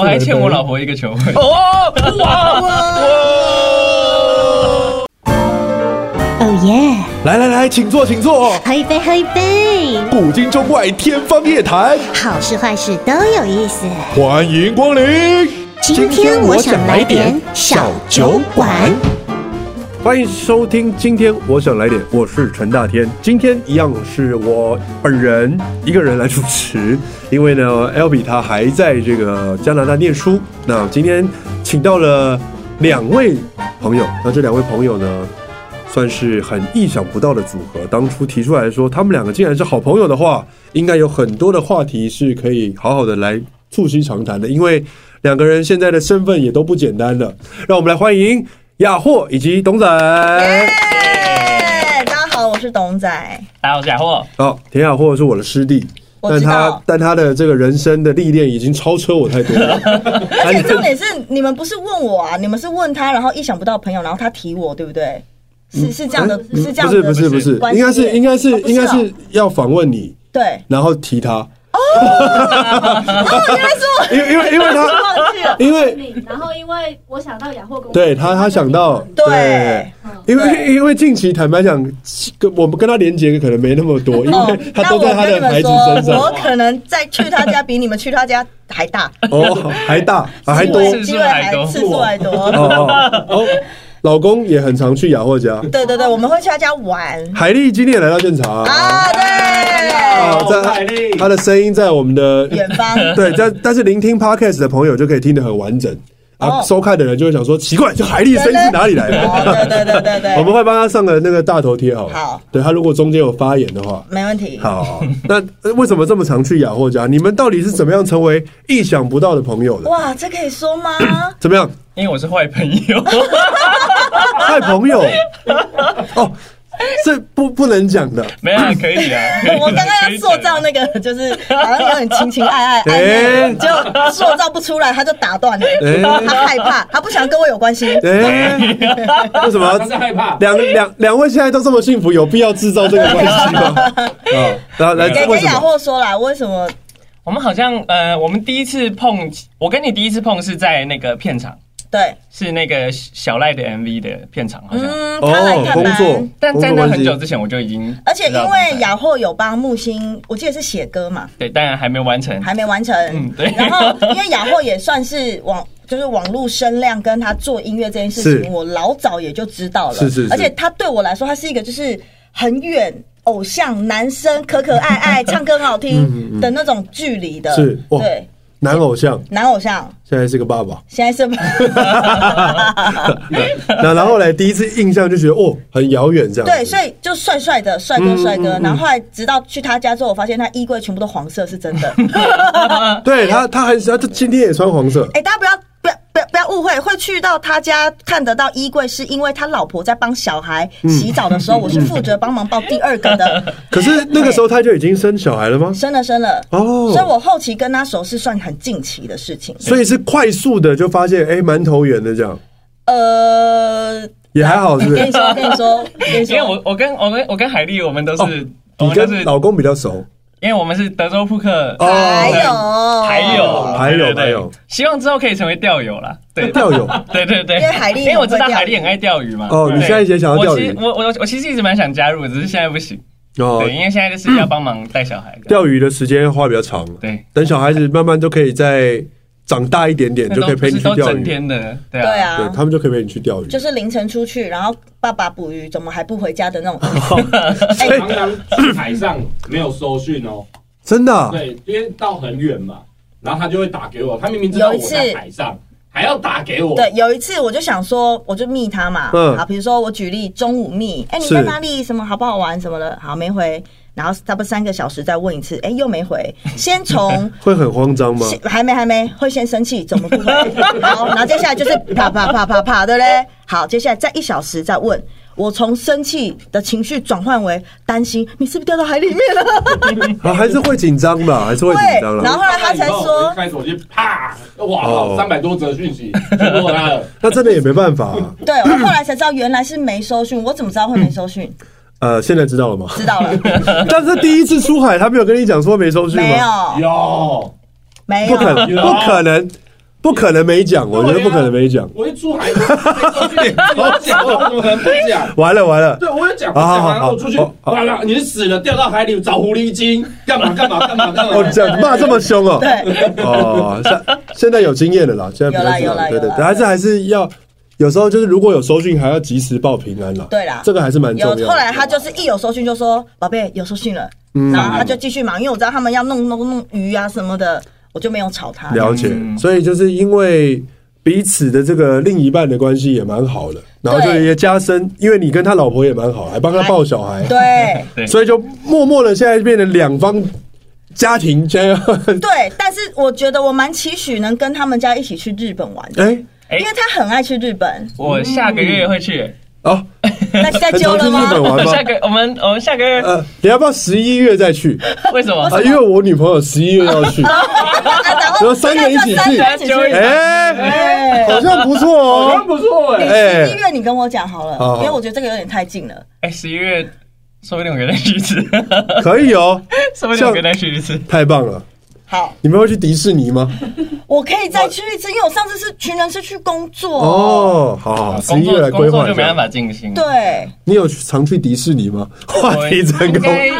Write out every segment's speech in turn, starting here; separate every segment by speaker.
Speaker 1: 我还欠我老婆一个求婚。
Speaker 2: 哦，哇哇！
Speaker 3: 哦耶！
Speaker 4: 来来来，请坐，请坐。
Speaker 3: 喝一杯，喝一杯，
Speaker 4: 古今中外，天方夜谭，
Speaker 3: 好事坏事都有意思。
Speaker 4: 欢迎光临。
Speaker 3: 今天我想来点小酒馆。
Speaker 4: 欢迎收听，今天我想来点，我是陈大天。今天一样是我本人一个人来主持，因为呢，L B 他还在这个加拿大念书。那今天请到了两位朋友，那这两位朋友呢，算是很意想不到的组合。当初提出来说他们两个竟然是好朋友的话，应该有很多的话题是可以好好的来促膝长谈的，因为两个人现在的身份也都不简单了。让我们来欢迎雅货以及董仔。哎
Speaker 5: 耶大家好，我是董仔。
Speaker 1: 大家好，我是假货。
Speaker 4: 好，田雅货是我的师弟。
Speaker 5: 我
Speaker 4: 但
Speaker 5: 知道
Speaker 4: 他但他的这个人生的历练已经超车我太多了，
Speaker 5: 而
Speaker 4: 他
Speaker 5: 且重点 是，你们不是问我啊，你们是问他，然后意想不到朋友，然后他提我，对不对？是是这样的，是这样
Speaker 4: 不
Speaker 5: 的，
Speaker 4: 是嗯不是不是，
Speaker 5: 关系
Speaker 4: 应该是应该是
Speaker 5: 哦不
Speaker 4: 应该
Speaker 5: 哦
Speaker 4: 是要访问你，
Speaker 5: 对。
Speaker 4: 然后提他，
Speaker 5: 哦，原来是 我
Speaker 4: 因为因为因为他。
Speaker 5: 忘记了
Speaker 4: 因为
Speaker 6: 然后因为我想到雅货公司，
Speaker 4: 对他，他想到
Speaker 5: 对，
Speaker 4: 因为因为近期坦白讲，跟我们跟他连接可能没那么多，因
Speaker 5: 哦
Speaker 4: 为， 他
Speaker 5: 那
Speaker 4: 都
Speaker 5: 我
Speaker 4: 在他
Speaker 5: 跟你
Speaker 4: 的
Speaker 5: 们
Speaker 4: 孩子
Speaker 5: 说，
Speaker 4: 身
Speaker 5: 我
Speaker 4: 上。
Speaker 5: 可能在去他家 比你们去他家还大，
Speaker 4: 哦，还大啊还
Speaker 5: 机
Speaker 4: 多
Speaker 5: 会
Speaker 1: 次数
Speaker 5: 机会
Speaker 1: 还
Speaker 5: 还
Speaker 1: 多
Speaker 5: 次数还
Speaker 4: 哦
Speaker 5: 多。
Speaker 4: 哦哦，老公也很常去雅货家。
Speaker 5: 对对对，我们会去他家玩
Speaker 4: 海丽今天也来到现场啊，
Speaker 5: 啊，对，
Speaker 4: 在
Speaker 2: 海丽
Speaker 4: 她的声音在我们的
Speaker 5: 远方。
Speaker 4: 对，但但是聆听 podcast 的朋友就可以听得很完整啊，
Speaker 5: 哦
Speaker 4: 收看的人就会想说奇怪，这海丽的声音是哪里来
Speaker 5: 哦，对
Speaker 4: 的？
Speaker 5: 对对对对，
Speaker 4: 我们会帮他上个那个大头贴好了。
Speaker 5: 好，
Speaker 4: 对他如果中间有发言的话，
Speaker 5: 没问题。
Speaker 4: 好，那呃为什么这么常去雅货家？你们到底是怎么样成为意想不到的朋友的？
Speaker 5: 哇，这可以说吗？
Speaker 4: 怎么样，
Speaker 1: 因为我是坏朋 友，
Speaker 4: 害朋友？哦，这不不能讲的。
Speaker 1: 没有啊可以啊。可以
Speaker 5: 我刚刚要塑造那个，就是好像有点情情爱 爱暧昧，
Speaker 4: 哎
Speaker 5: 就塑造不出来，他就打断了
Speaker 4: 哎，
Speaker 5: 他害怕，他不想跟我有关系。
Speaker 4: 哎、为什么要
Speaker 2: 他是害怕，
Speaker 4: 两两两位现在都这么幸福，有必要制造这个关系 吗？啊，然后来
Speaker 5: 给
Speaker 4: 为什
Speaker 5: 给雅
Speaker 4: 么？
Speaker 5: 货说啦，为什么？
Speaker 1: 我们好像呃，我们第一次碰，我跟你第一次碰是在那个片场，
Speaker 5: 对，
Speaker 1: 是那个小赖的 MV 的片场，好像。
Speaker 5: 嗯，他来
Speaker 4: 哦，
Speaker 5: 看
Speaker 4: 工作
Speaker 5: 班。，
Speaker 1: 但在那很久
Speaker 4: 工作关系
Speaker 1: 之前我就已经知道
Speaker 5: 而
Speaker 1: 这件
Speaker 5: 且
Speaker 1: 事，
Speaker 5: 因为雅货有帮木星，我记得是写歌嘛，
Speaker 1: 对，当然还没完成。
Speaker 5: 还没完成。
Speaker 1: 嗯对
Speaker 5: 然后因为雅货也算是网， 就是网络声量跟他做音乐这件事
Speaker 4: 是
Speaker 5: 情，我老早也就知道了。
Speaker 4: 是是是
Speaker 5: 而且他对我来说，他是一个就是很远偶像男生，可可爱爱，唱歌很好听的那种距离
Speaker 4: 嗯
Speaker 5: 的。
Speaker 4: 是哇
Speaker 5: 对，
Speaker 4: 男偶像，
Speaker 5: 男偶像
Speaker 4: 现在是个爸爸。
Speaker 5: 现在是。
Speaker 4: 那然后来第一次印象就觉得哦，很遥远这样子。
Speaker 5: 对，所以就帅帅的，帅哥帅哥。
Speaker 4: 嗯嗯嗯
Speaker 5: 然后后来直到去他家之后，我发现他衣柜全部都黄色，是真的。
Speaker 4: 对他他还是他今天也穿黄色。
Speaker 5: 哎、大家不要不要不要不要误会，会去到他家看得到衣柜，是因为他老婆在帮小孩
Speaker 4: 嗯
Speaker 5: 洗澡的时候，我是负责帮忙抱第二 个的，
Speaker 4: 可是那个时候他就已经生小孩了吗？
Speaker 5: 生了生了。
Speaker 4: 哦
Speaker 5: 所以我后期跟他熟是算很近期的事情。
Speaker 4: 所以是快速的就发现，哎，蛮投缘的这样，
Speaker 5: 呃，
Speaker 4: 也还好，是不
Speaker 5: 跟你
Speaker 4: 是？
Speaker 5: 说，跟你说，跟你
Speaker 1: 因为
Speaker 5: 说，
Speaker 1: 我我跟我跟我跟海丽，我们都是。我
Speaker 4: 哦你
Speaker 1: 们都哦是
Speaker 4: 跟，老公比较熟，
Speaker 1: 因为我们是德州扑克
Speaker 4: 哦
Speaker 5: 还有
Speaker 1: 哦还有
Speaker 4: 还有
Speaker 1: 对对对
Speaker 4: 还有
Speaker 1: 希望之后可以成为钓友啦。对，
Speaker 4: 钓友
Speaker 1: 对对对，
Speaker 5: 因为海莉
Speaker 1: 因为我知道
Speaker 5: 很会钓鱼
Speaker 1: 海莉很爱钓鱼嘛。
Speaker 4: 哦你
Speaker 1: 对
Speaker 4: 现在也想要钓鱼
Speaker 1: 我其我我我其实一直蛮想加入，只是现在不行。
Speaker 4: 哦
Speaker 1: 对，，因为现在就是要帮忙带小孩。
Speaker 4: 钓鱼的时间花比较长。
Speaker 1: 对，
Speaker 4: 等小孩子慢慢都可以再长大一点点，
Speaker 1: 那
Speaker 4: 就
Speaker 1: 都
Speaker 4: 可以陪你
Speaker 1: 不
Speaker 4: 去
Speaker 1: 是都
Speaker 4: 钓
Speaker 1: 整
Speaker 4: 鱼。
Speaker 1: 天的，对
Speaker 5: 对
Speaker 1: 啊，
Speaker 4: 对
Speaker 5: 啊，
Speaker 4: 他们就可以陪你去钓鱼。
Speaker 5: 就是凌晨出去，然后爸爸捕鱼，怎么还不回家的那种。哎、
Speaker 2: 常常去海上没有收讯哦，
Speaker 4: 真的啊、
Speaker 2: 对，因为到很远嘛，然后他就会打给我，他明明知道我在海上，还要打给我，
Speaker 5: 对，有一次我就想说，我就密他嘛，
Speaker 4: 嗯
Speaker 5: 好，比如说我举例中午密，哎、你
Speaker 4: 是。
Speaker 5: 在哪里？什么好不好玩什么的，好没回，然后差不多三个小时再问一次，哎、又没回，先从
Speaker 4: 会很慌张吗？
Speaker 5: 先还没还没，会先生气，怎么不回？ 好，然后接下来就是啪啪啪啪啪，对不对？好，接下来再一小时再问，我从生气的情绪转换为担心，你是不是掉到海里面了？
Speaker 4: 啊，还是会紧张吧，还是会紧张
Speaker 5: 然
Speaker 4: 啦。
Speaker 5: 后后来他才
Speaker 2: 我
Speaker 5: 说
Speaker 2: 就，开手机啪，
Speaker 4: 哦
Speaker 2: 哇，三百多则讯息全部他 了，
Speaker 4: 那真的也没办法、啊。
Speaker 5: 对我后来才知道原来是没收讯，我怎么知道会没收讯？
Speaker 4: 呃，现在知道 了吗？
Speaker 5: 知道了，
Speaker 4: 但 是第一次出海，他没有跟你讲说没收据吗？
Speaker 5: 没有，
Speaker 2: 有，
Speaker 5: 没有，
Speaker 4: 不可能，
Speaker 2: 有
Speaker 4: 不可能。不可能没讲，我觉得
Speaker 5: 啊
Speaker 4: 不可能没讲。
Speaker 2: 我一出海，我讲，我怎么可能不讲？
Speaker 4: 完了完了，
Speaker 2: 对，我也讲，
Speaker 4: 好好
Speaker 2: 讲完
Speaker 4: 好
Speaker 2: 了我出去
Speaker 4: 好，好
Speaker 2: 完了，你死了，掉到海里找狐狸精，干嘛干嘛干嘛干
Speaker 4: 哦
Speaker 2: 嘛，？
Speaker 4: 讲骂这么凶哦。
Speaker 5: 对，
Speaker 4: 哦，现现在有经验了啦，现在不太紧
Speaker 5: 有啦有啦
Speaker 4: 对对
Speaker 5: 有啦
Speaker 4: 对，还是还是要。有时候就是如果有收讯，还要及时报平安啦。
Speaker 5: 对啦
Speaker 4: 这个还是蛮重
Speaker 5: 有
Speaker 4: 要的。嗯
Speaker 5: 后来他就是一有收讯就说：“宝贝，有收讯了。”然后他就继续忙，因为我知道他们要弄弄弄鱼啊什么的，我就没有吵他。
Speaker 4: 了解，所以就是因为彼此的这个另一半的关系也蛮好的，然后就
Speaker 5: 对
Speaker 4: 也加深，因为你跟他老婆也蛮好，还帮他抱小孩，
Speaker 5: 对
Speaker 1: 对
Speaker 4: 所以就默默的现在变成两方家庭现在要，
Speaker 5: 对，但是我觉得我蛮期许能跟他们家一起去日本玩的，
Speaker 4: 哎，
Speaker 1: 哎
Speaker 5: 因为他很爱去日本。
Speaker 1: 我下个月会去，
Speaker 4: 哦，
Speaker 5: 那现在
Speaker 4: 很
Speaker 5: 揪
Speaker 4: 常去
Speaker 5: 了
Speaker 4: 日本
Speaker 5: 吗？
Speaker 4: 玩吗
Speaker 1: 下？个我们我们下个月
Speaker 4: 呃，你要不要十一月再去
Speaker 1: 哎哦为什么？哦
Speaker 4: 啊？因为我女朋友十一月要去，
Speaker 5: 哎然
Speaker 4: 然后三 个一起去
Speaker 5: 三个一起去。
Speaker 1: 揪一下
Speaker 4: 哎，
Speaker 5: 哎
Speaker 4: 好像不错
Speaker 2: 好像
Speaker 4: 哦。
Speaker 2: 不错哎。
Speaker 4: 哎
Speaker 5: 十一月你跟我讲好了
Speaker 4: 好，好
Speaker 5: 因为我觉得这个有点太近了。
Speaker 1: 哎，十一月说不定我跟他去一次，
Speaker 4: 可以哦，
Speaker 1: 说不定我跟他去一次。
Speaker 4: 太棒了！
Speaker 5: 好，
Speaker 4: 你们会去迪士尼吗？
Speaker 5: 我可以再去一次，因为我上次是群人是去工作。
Speaker 4: 哦，好好，好十
Speaker 1: 工
Speaker 4: 一月来
Speaker 1: 作
Speaker 4: 规
Speaker 1: 工
Speaker 4: 划
Speaker 1: 作就
Speaker 4: 一
Speaker 1: 没
Speaker 4: 下
Speaker 1: 办。法尽兴。
Speaker 5: 对，
Speaker 4: 你有常去迪士尼吗？ 话题成
Speaker 1: 应
Speaker 4: 功，
Speaker 1: 该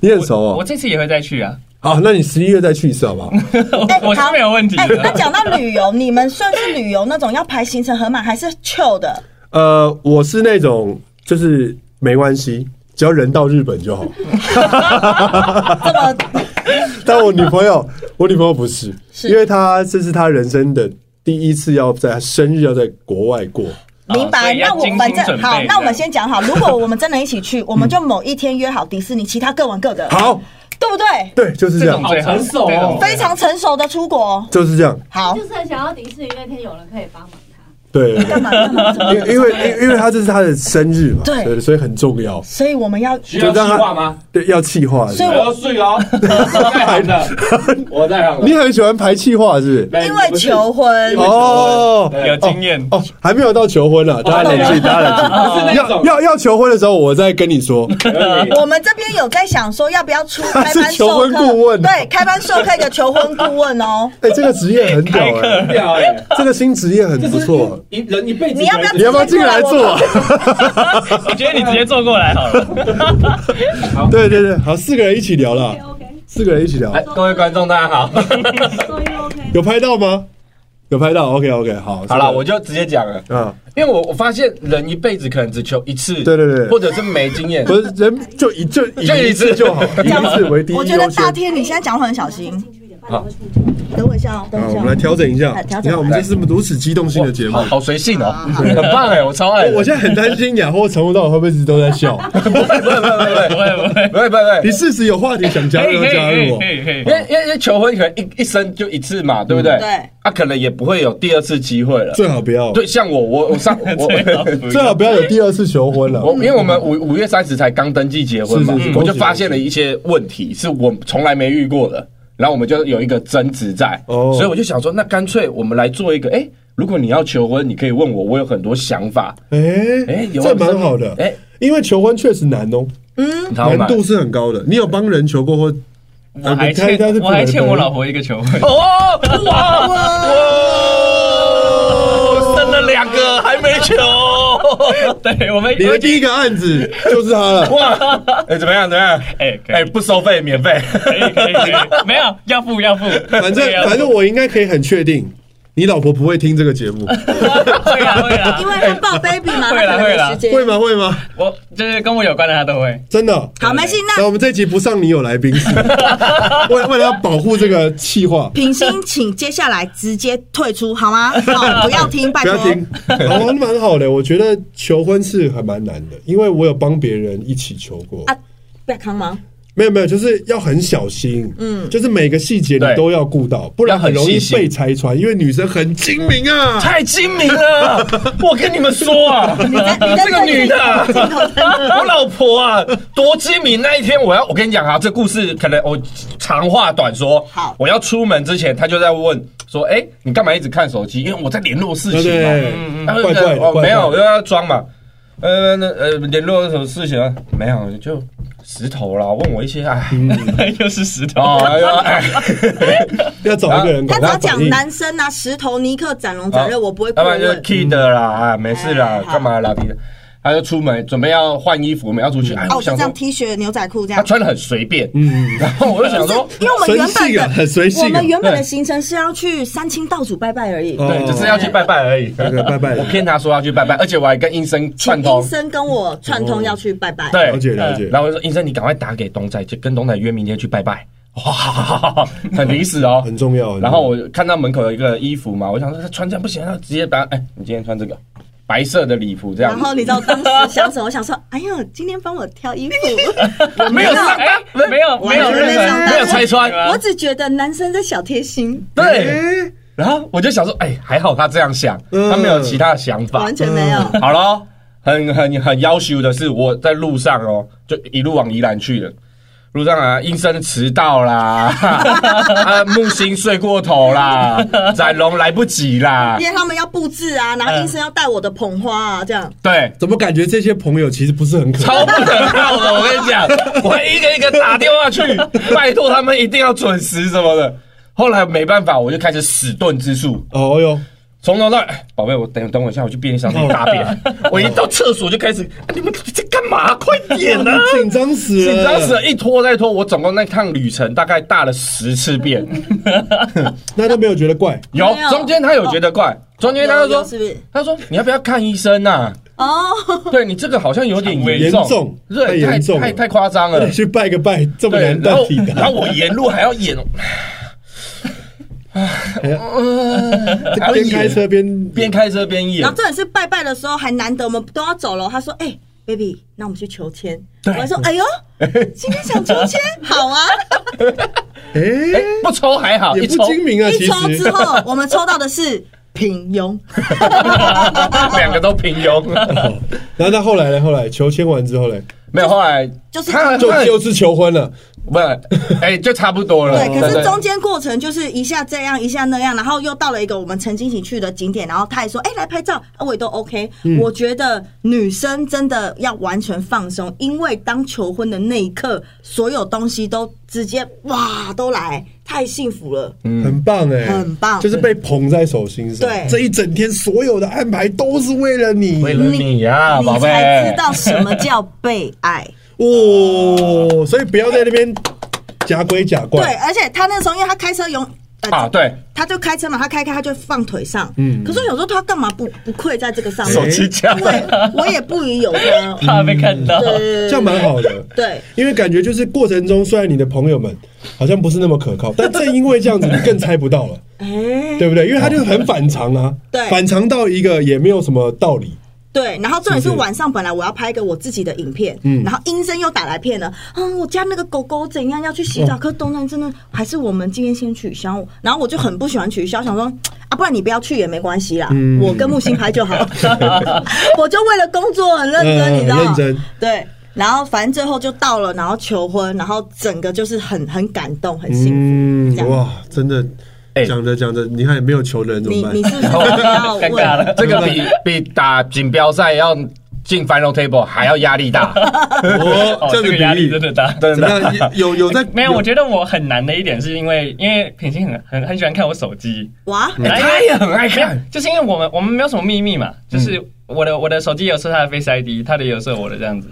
Speaker 4: 你很熟
Speaker 1: 我，我
Speaker 4: 哦。
Speaker 1: 这次也会再去啊，
Speaker 4: 好，那你十一月再去一次好不好？
Speaker 5: 哎
Speaker 1: 我是没有问题
Speaker 4: 啊
Speaker 5: 哎，
Speaker 1: 的。
Speaker 5: 那讲到旅游，你们算是旅游那种要排行程很满，还是 chill 的？
Speaker 4: 呃，我是那种就是没关系，只要人到日本就好。
Speaker 5: 这么
Speaker 4: 但我女朋友，我女朋友不是，
Speaker 5: 是
Speaker 4: 因为她这是她人生的第一次要在她生日要在国外过。
Speaker 5: 明
Speaker 1: 所
Speaker 5: 白？
Speaker 1: 以要
Speaker 5: 那我
Speaker 1: 精心
Speaker 5: 反正
Speaker 1: 准备
Speaker 5: 好，
Speaker 1: 这
Speaker 5: 那
Speaker 1: 样
Speaker 5: 我们先讲好，如果我们真的一起去，我们就某一天约好迪士尼，其他各玩各的，
Speaker 4: 好，
Speaker 5: 对不对？
Speaker 4: 对，就是这
Speaker 1: 这种
Speaker 4: 样，
Speaker 1: 最好，
Speaker 2: 好成熟哦
Speaker 1: 这种
Speaker 5: 非常成熟的出国，
Speaker 4: 就是这样。
Speaker 5: 好
Speaker 6: 就，是很想要迪士尼那天有人可以帮忙他，
Speaker 4: 对，
Speaker 5: 干嘛干嘛？怎么
Speaker 4: 因为因为因为因为她这是她的生日嘛，
Speaker 5: 对
Speaker 4: 所以很重要，
Speaker 5: 所以我 们要
Speaker 2: 需要计划吗？
Speaker 4: 对，要气化。
Speaker 5: 所以
Speaker 2: 我要睡 哦，我在行的，我在行的
Speaker 4: 你很喜欢排气化是不是？
Speaker 5: 因为求婚
Speaker 2: 因为求婚
Speaker 4: 哦
Speaker 2: 对
Speaker 1: 有经验
Speaker 4: 哦，还没有到求婚啊，
Speaker 7: 哦
Speaker 4: 大家冷静，大家冷
Speaker 2: 不是
Speaker 4: 静。
Speaker 2: 那种
Speaker 4: 要要要求婚的时候，我再跟你说。
Speaker 2: 可以
Speaker 5: 我们这边有在想说，要不要出开班
Speaker 4: 是求
Speaker 5: 授
Speaker 4: 婚
Speaker 5: 课？
Speaker 4: 顾问哦
Speaker 5: 对，开班授课一个求婚顾问 哦。
Speaker 4: 哎，这个职业很屌哎，
Speaker 2: 掉哎，
Speaker 4: 这个新职业很不错。
Speaker 2: 一人一辈子
Speaker 5: 你要不要
Speaker 4: 你要不要进来做？啊
Speaker 1: 我觉得你直接坐过来好了。
Speaker 4: 对对对，好，四个人一起聊啦，
Speaker 6: ？OK，
Speaker 4: 四个人一起
Speaker 7: 哎
Speaker 4: 聊，
Speaker 2: 各位观众大家好，
Speaker 6: 收音 OK。
Speaker 4: 有拍到吗？有拍到，OK OK，好，
Speaker 7: 好了，我就直接讲了，
Speaker 4: 啊，
Speaker 7: 因为我我发现人一辈子可能只求一次，
Speaker 4: 对对对
Speaker 7: 或者是没经验，
Speaker 4: 不是人就一就
Speaker 7: 就
Speaker 4: 以
Speaker 7: 一
Speaker 4: 一次
Speaker 7: 次
Speaker 4: 就好，以一次为第一
Speaker 5: 我觉得
Speaker 4: 优
Speaker 5: 大
Speaker 4: 先。
Speaker 5: 天，你现在讲话很小心。
Speaker 7: 好
Speaker 5: 等我一下哦，等
Speaker 4: 啊，
Speaker 5: 我
Speaker 4: 我
Speaker 5: 一下
Speaker 4: 们来
Speaker 5: 哦。
Speaker 4: 调整一下
Speaker 5: 来。调整
Speaker 4: 你看，我们这是如此机动性的节目
Speaker 7: 好，好随性哦，
Speaker 5: 啊
Speaker 7: 很棒哎，我超爱的。
Speaker 4: 我现在很担心雅货从头到尾会不会一直都在 笑。
Speaker 1: 不会不会，
Speaker 7: 不会不会不
Speaker 4: 你
Speaker 7: 会，
Speaker 4: 适时有话题想加
Speaker 1: 可以
Speaker 4: 入
Speaker 1: 可以
Speaker 4: 加
Speaker 1: 可
Speaker 4: 入我
Speaker 1: 以。可以可以
Speaker 7: 因。为因为因为求婚可能一一生就一次嘛，对不对？
Speaker 5: 嗯对
Speaker 7: 啊，可能也不会有第二次机会了。
Speaker 4: 最好不要，
Speaker 7: 对，像我我我上我
Speaker 4: 最好不要有第二次求婚了。
Speaker 7: 我因为我们五五月三十才刚登记结婚嘛
Speaker 4: 是是是，
Speaker 7: 我
Speaker 4: 恭
Speaker 7: 就
Speaker 4: 喜
Speaker 7: 发现了一些问题，是我从来没遇过的。然后我们就有一个争执在，
Speaker 4: 哦
Speaker 7: 所以我就想说，那干脆我们来做一个，哎，如果你要求婚，你可以问我，我有很多想法。
Speaker 4: 哎
Speaker 7: 哎有啊
Speaker 4: 这蛮好的。
Speaker 7: 哎，
Speaker 4: 因为求婚确实难哦，
Speaker 7: 然后
Speaker 4: 难
Speaker 7: 嘛
Speaker 4: 度是很高的。你有帮人求过婚？
Speaker 1: 我还欠我还欠我老婆一个求婚，
Speaker 7: 哦哇哇，生了两个还没求，
Speaker 1: 对我们
Speaker 4: 你的第一个案子就是他了。
Speaker 7: 哇，哎怎么样怎么样？
Speaker 1: 哎可以
Speaker 7: 哎不收费免费，
Speaker 1: 可以可以可以，没有要付要付，
Speaker 4: 反正
Speaker 5: 啊
Speaker 4: 反正我应该可以很确定，你老婆不会听这个节目，
Speaker 1: 会啊会啊，
Speaker 5: 因为要抱 baby 嘛，他
Speaker 1: 会
Speaker 5: 可
Speaker 1: 啦
Speaker 5: 能
Speaker 1: 会
Speaker 5: 没
Speaker 1: 啦
Speaker 5: 时间。
Speaker 4: 会吗？会吗？
Speaker 1: 我就是跟我有关的他都 会。
Speaker 4: 真的。
Speaker 5: 好，没事。
Speaker 4: 那
Speaker 5: 那
Speaker 4: 我们这集不上你有来 宾是吗为为了要保护这个气话，
Speaker 5: 品心，请接下来直接退出好 吗？哦好，不要听，拜
Speaker 4: 不
Speaker 5: 托
Speaker 4: 要。听，哦，蛮好的。我觉得求婚是还蛮难的，因为我有帮别人一起求过
Speaker 5: 啊，不要康吗？
Speaker 4: 没有没有，就是要很小心，嗯，就是每个细节你
Speaker 7: 对
Speaker 4: 都要顾到，不然
Speaker 7: 要很
Speaker 4: 很容易
Speaker 7: 细心
Speaker 4: 被拆穿。因为女生很精明啊，
Speaker 7: 太精明了！我跟你们 说啊，
Speaker 5: 你在
Speaker 7: 这个女的啊，我老婆啊，多精明！那一天我要，我跟你讲啊，这故事可能我长话短说。
Speaker 5: 好
Speaker 7: 我要出门之前，她就在问说：“哎、你干嘛一直看手机？因为我在联络事
Speaker 4: 对
Speaker 7: 情嘛。
Speaker 4: 对，
Speaker 7: 她
Speaker 4: 怪
Speaker 7: 就觉
Speaker 4: 怪的，
Speaker 7: 得哦，
Speaker 4: 怪怪的
Speaker 7: 没有，我，要装嘛。呃，那呃，联络有什么事情啊？没有，就石头啦，问我一些哎，
Speaker 4: 嗯
Speaker 1: 又是石头。
Speaker 7: 哦，哎呦，哎，
Speaker 4: 要找一个人
Speaker 5: 他
Speaker 4: 管
Speaker 5: 只要
Speaker 4: 反
Speaker 5: 讲
Speaker 4: 应
Speaker 5: 男生啊，石头、尼克、展龙、展
Speaker 7: 啊
Speaker 5: 热，我不会
Speaker 7: 要
Speaker 5: 过
Speaker 7: 不然
Speaker 4: 嗯
Speaker 7: 就是
Speaker 5: 问。
Speaker 7: kid 啦，啊，没事啦
Speaker 5: 哎，好
Speaker 7: 干嘛啦？你他就出门准备要换衣服，我们要出
Speaker 4: 嗯
Speaker 7: 去，哎，
Speaker 5: 哦，
Speaker 7: 我
Speaker 5: 我就
Speaker 7: 想
Speaker 5: 这
Speaker 7: 说
Speaker 5: 样 T 恤、牛仔裤这
Speaker 7: 他
Speaker 4: 啊
Speaker 5: 样。
Speaker 7: 穿的很随便，
Speaker 5: 嗯
Speaker 4: 嗯
Speaker 7: 然后我就 想说，
Speaker 5: 因为我们
Speaker 4: 随
Speaker 5: 原本
Speaker 4: 性啊很随
Speaker 5: 的
Speaker 4: 性啊
Speaker 5: 我们原本的
Speaker 7: 对
Speaker 5: 行程是要去三清道祖拜拜而已。
Speaker 4: 哦
Speaker 7: 对，只是要去拜拜 而已，
Speaker 4: 对嗯拜拜
Speaker 7: 我骗他说要去拜拜，而且我还跟医生
Speaker 5: 哦请
Speaker 7: 串
Speaker 5: 医
Speaker 7: 通，
Speaker 5: 生跟我串通要去拜拜。
Speaker 7: 对
Speaker 4: 了，解了解
Speaker 7: 然。后我就说医生，你赶快打给东仔，就跟东仔约明天去拜拜。哦哇，好好好好很临时哦，
Speaker 4: 很重要很重要
Speaker 7: 然后我看到门口有一个衣服嘛，我想说他穿这样不行，他直接把哎，你今天穿这个白色的礼服这样
Speaker 5: 然
Speaker 7: 子。
Speaker 5: 后你知道当时想什么？我想说，哎呀，今天帮我挑 衣服，
Speaker 7: 没有上
Speaker 1: 哎，没有没有
Speaker 5: 完全
Speaker 1: 任
Speaker 5: 没上
Speaker 1: 何
Speaker 5: 当
Speaker 7: 没有拆穿，
Speaker 5: 我嗯只觉得男生在小贴心，
Speaker 7: 对。然后我就想说，哎，还好他这样想，
Speaker 4: 嗯
Speaker 7: 他没有其他的想法
Speaker 5: 完。全没有。
Speaker 7: 好咯，很很很要求的是，我在路上哦，就一路往宜兰去了。路上啊，医生迟到啦， 啊，木星睡过头啦，展龙来不及啦
Speaker 5: 因，为他们要布置啊，然
Speaker 7: 嗯
Speaker 5: 后医生要带我的捧花啊，这样。
Speaker 7: 对，
Speaker 4: 怎么感觉这些朋友其实不是很可
Speaker 7: 超不可靠的。我跟你讲，我一个一个打电话去，拜托他们一定要准时什么的。后来没办法，我就开始死遁之术，
Speaker 4: 哦哟，
Speaker 7: 从头到尾，哎宝贝，我等等我一下，我去便利商店大便。我一到厕所就开始，啊你们在干嘛？快点啊！
Speaker 4: 紧张死了，
Speaker 7: 紧张死了，一拖再拖，我总共那趟旅程大概大了十次便。
Speaker 4: 那都没有觉得怪，
Speaker 7: 有
Speaker 5: 没有哦
Speaker 7: 中间他有觉得怪，中间他就
Speaker 5: 有有是不
Speaker 7: 说
Speaker 5: 是，
Speaker 7: 他说你要不要看医生呐？
Speaker 5: 哦，
Speaker 7: 对你这个好像有点严
Speaker 4: 严重
Speaker 7: 重，
Speaker 4: 太
Speaker 7: 对，太
Speaker 4: 严重了
Speaker 7: 太太夸张了
Speaker 4: 得。去拜个拜，这么
Speaker 7: 对
Speaker 4: 难，
Speaker 7: 然
Speaker 4: 到
Speaker 7: 后
Speaker 4: 底
Speaker 7: 然后
Speaker 4: 的，
Speaker 7: 我沿路还要演， 还要
Speaker 4: 哎边开
Speaker 7: 演
Speaker 4: 车边
Speaker 7: 边开车边演
Speaker 5: 然后，重点是拜拜的时候还难得我们都要走了，他说：“哎、b a b y 那我们去求签。”我还说：“哎呦，今天想求签，好 啊！”
Speaker 4: 哎
Speaker 7: 哎，不抽还好，
Speaker 4: 也
Speaker 7: 一
Speaker 4: 不
Speaker 7: 抽
Speaker 4: 精明啊，
Speaker 5: 一
Speaker 4: 其
Speaker 5: 抽之
Speaker 4: 实
Speaker 5: 后，我们抽到的是平庸，
Speaker 7: 两个都平庸。
Speaker 4: 然后他后来呢？后来求签完之后呢，
Speaker 7: 没有，后来
Speaker 5: 就是
Speaker 7: 他
Speaker 4: 就
Speaker 7: 他
Speaker 4: 就是求婚了，
Speaker 7: 不是，哎，就差不多了。
Speaker 5: 对。可是中间过程就是一下这样，一下那样，然后又到了一个我们曾经一起去的景点，然后他也说：“哎、来拍照。啊”我也都 OK、我
Speaker 7: 嗯
Speaker 5: 觉得女生真的要完全放松，因为当求婚的那一刻，所有东西都直接哇都来，太幸福了。
Speaker 7: 嗯
Speaker 4: 很棒哎，
Speaker 5: 很棒
Speaker 4: 就是被捧在手心上，
Speaker 5: 对
Speaker 4: 这一整天所有的安排都是为了你，
Speaker 7: 为了你呀，
Speaker 5: 你
Speaker 7: 宝
Speaker 5: 才
Speaker 7: 贝
Speaker 5: 知。道什么叫被 爱。
Speaker 4: 哦，所以不要在那边假鬼假
Speaker 5: 对
Speaker 4: 怪，，
Speaker 5: 而且他那时候因为他开车有。呃
Speaker 7: 啊对，
Speaker 5: 他就开车嘛，他开开他就放腿上。
Speaker 4: 嗯
Speaker 5: 嗯，可是有时候他干嘛不不跪在这个上面？
Speaker 7: 手机嗯架
Speaker 5: 因为我也不疑 有他。
Speaker 1: 怕被看 到。
Speaker 5: 对
Speaker 4: 这样蛮好的。
Speaker 5: 对，
Speaker 4: 因为感觉就是过程中，虽然你的朋友们好像不是那么可靠，但正因为这样子，你更猜不到 了，
Speaker 5: 哎，
Speaker 4: 对不对？因为他就是很反常啊，
Speaker 5: 对
Speaker 4: 反常到一个也没有什么道理。
Speaker 5: 对。然后重点
Speaker 4: 是
Speaker 5: 是
Speaker 4: 不是
Speaker 5: 晚上本来我要拍一个我自己的影片，
Speaker 4: 嗯
Speaker 5: 然后医生又打来骗了，嗯，我家那个狗狗怎样要去
Speaker 4: 嗯
Speaker 5: 洗澡，可是东南真的还是我们今天先取消。然后我就很不喜欢取消，想说啊，不然你不要去也没关系啦，
Speaker 4: 嗯
Speaker 5: 我跟木星 拍就好。我就为了工作很认真，
Speaker 4: 嗯
Speaker 5: 你知道吗？
Speaker 4: 很认真
Speaker 5: 对。然后反正最后就到了，然后求婚，然后整个就是很很感动，很幸福。
Speaker 4: 嗯
Speaker 5: 这样
Speaker 4: 哇，真的，
Speaker 7: 哎
Speaker 4: 讲着讲着，你看也没有求的人哦怎
Speaker 5: 你
Speaker 4: 么
Speaker 5: 你
Speaker 4: 办？
Speaker 5: 是不是要
Speaker 1: 尴尬
Speaker 5: 问？
Speaker 1: 了，
Speaker 7: 这个比比打锦标赛要进 final table 还要压 力大，
Speaker 4: 哦
Speaker 1: 哦，
Speaker 4: 这
Speaker 1: 这
Speaker 4: 样子
Speaker 1: 个
Speaker 4: 比
Speaker 1: 压力
Speaker 4: 例
Speaker 1: 真的大。
Speaker 7: 真
Speaker 4: 怎么
Speaker 7: 的。
Speaker 4: 样？有有在
Speaker 1: 没有，我觉得我很难的一点是因为，因为品心很很很喜欢看我手机，
Speaker 5: 哇，
Speaker 4: 哎
Speaker 1: 然后因为
Speaker 7: 他也很爱
Speaker 1: 没有
Speaker 7: 看，，
Speaker 1: 就是因为我们我们没有什么秘密嘛，
Speaker 4: 嗯
Speaker 1: 就是我的我的手机有时候他的 Face ID，他的有时候我的这样子。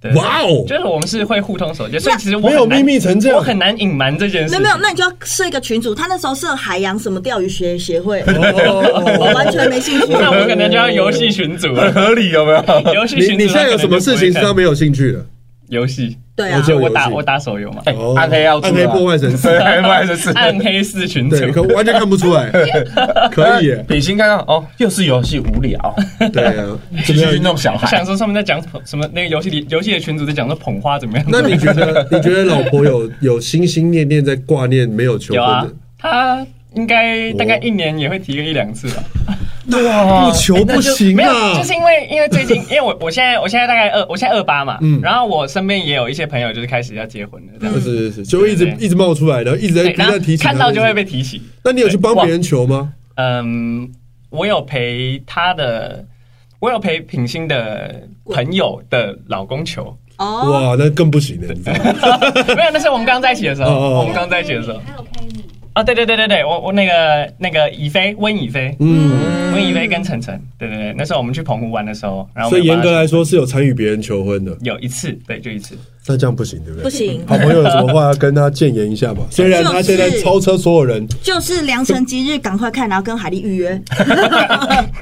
Speaker 1: 对，
Speaker 4: 哇哦，
Speaker 1: 就是我们是会互通手机，所以其实我
Speaker 4: 没有
Speaker 1: 很难
Speaker 4: 秘密成这样
Speaker 1: 我很难隐瞒这件事
Speaker 5: 没
Speaker 1: 情。
Speaker 5: 有没有，那你就要设一个群组。他那时候设海洋什么钓鱼学 协会，我
Speaker 4: 哦
Speaker 5: 完全没兴趣。
Speaker 1: 那我可能就要游戏群组了
Speaker 7: 很。 合理有没有？
Speaker 1: 游戏
Speaker 4: 你
Speaker 1: 群组，
Speaker 4: 你现在有什么事情是他没有兴趣的？
Speaker 1: 游戏？
Speaker 5: 对
Speaker 4: 我
Speaker 5: 啊
Speaker 4: 只，有
Speaker 1: 我
Speaker 4: 游
Speaker 1: 打
Speaker 4: 戏
Speaker 1: 我。打手游嘛，
Speaker 7: 哎
Speaker 4: 哦，
Speaker 7: 暗黑要出
Speaker 4: 暗
Speaker 7: 了
Speaker 4: 黑破坏神
Speaker 7: 对，
Speaker 4: 四，
Speaker 7: 暗黑破坏神是
Speaker 1: 暗黑四群组。
Speaker 4: 对，可完全看不出来，可以耶，
Speaker 7: 比心看到哦，又是游戏 无聊，
Speaker 4: 对啊，
Speaker 7: 继
Speaker 4: 怎么样
Speaker 7: 续去弄小
Speaker 1: 我想
Speaker 7: 孩。
Speaker 1: 说他们在讲什么？那个游戏里游戏的群组在讲说捧花怎么样？
Speaker 4: 那你觉得 你觉得老婆有有心心念念在挂念没有求
Speaker 1: 有啊
Speaker 4: 婚，
Speaker 1: 他应该大概一年也会提个一两次吧。
Speaker 4: 的？哇，不 求不行
Speaker 1: 没有，
Speaker 4: 啊
Speaker 1: 啊哎就！是因为因为最近，因为我 我现在我现在大概二，我现在二八嘛，
Speaker 4: 嗯
Speaker 1: 然后我身边也有一些朋友就是开始要结婚了，这样
Speaker 4: 是
Speaker 1: 子。
Speaker 4: 是是，就一直
Speaker 1: 对对
Speaker 4: 一直冒出来，然后一直在
Speaker 1: 对
Speaker 4: 嗯哎不
Speaker 1: 然后
Speaker 4: 断提起，
Speaker 1: 看到就会被。提起。
Speaker 4: 那你有去帮别人求吗？
Speaker 1: 嗯，我有陪他的，我有陪品心的朋友的老公 求，
Speaker 5: 哦，
Speaker 4: 哇，那更不行了，你知道吗？
Speaker 1: 没有，那是我们刚在一起的时候，
Speaker 4: 哦哦哦
Speaker 1: 我们刚在一起的时候
Speaker 6: 还有 Kenny，
Speaker 1: 啊，对对对对对，我我那个那个以飞温以飞，
Speaker 4: 嗯，
Speaker 1: 温以飞跟晨晨，对对对，那时候我们去澎湖玩的时候，然后我
Speaker 4: 所
Speaker 1: 们
Speaker 4: 以
Speaker 1: 有
Speaker 4: 严
Speaker 1: 帮
Speaker 4: 格
Speaker 1: 他
Speaker 4: 来说是有参与别人求婚的，
Speaker 1: 有一次，对，就一次，
Speaker 4: 那这样不行，对不对？
Speaker 5: 不。行，
Speaker 4: 好朋友有什么话要跟他谏言一下吧？ 虽然他现在超车所有人，
Speaker 5: 就是良辰吉日，赶快看，然后跟海丽预约。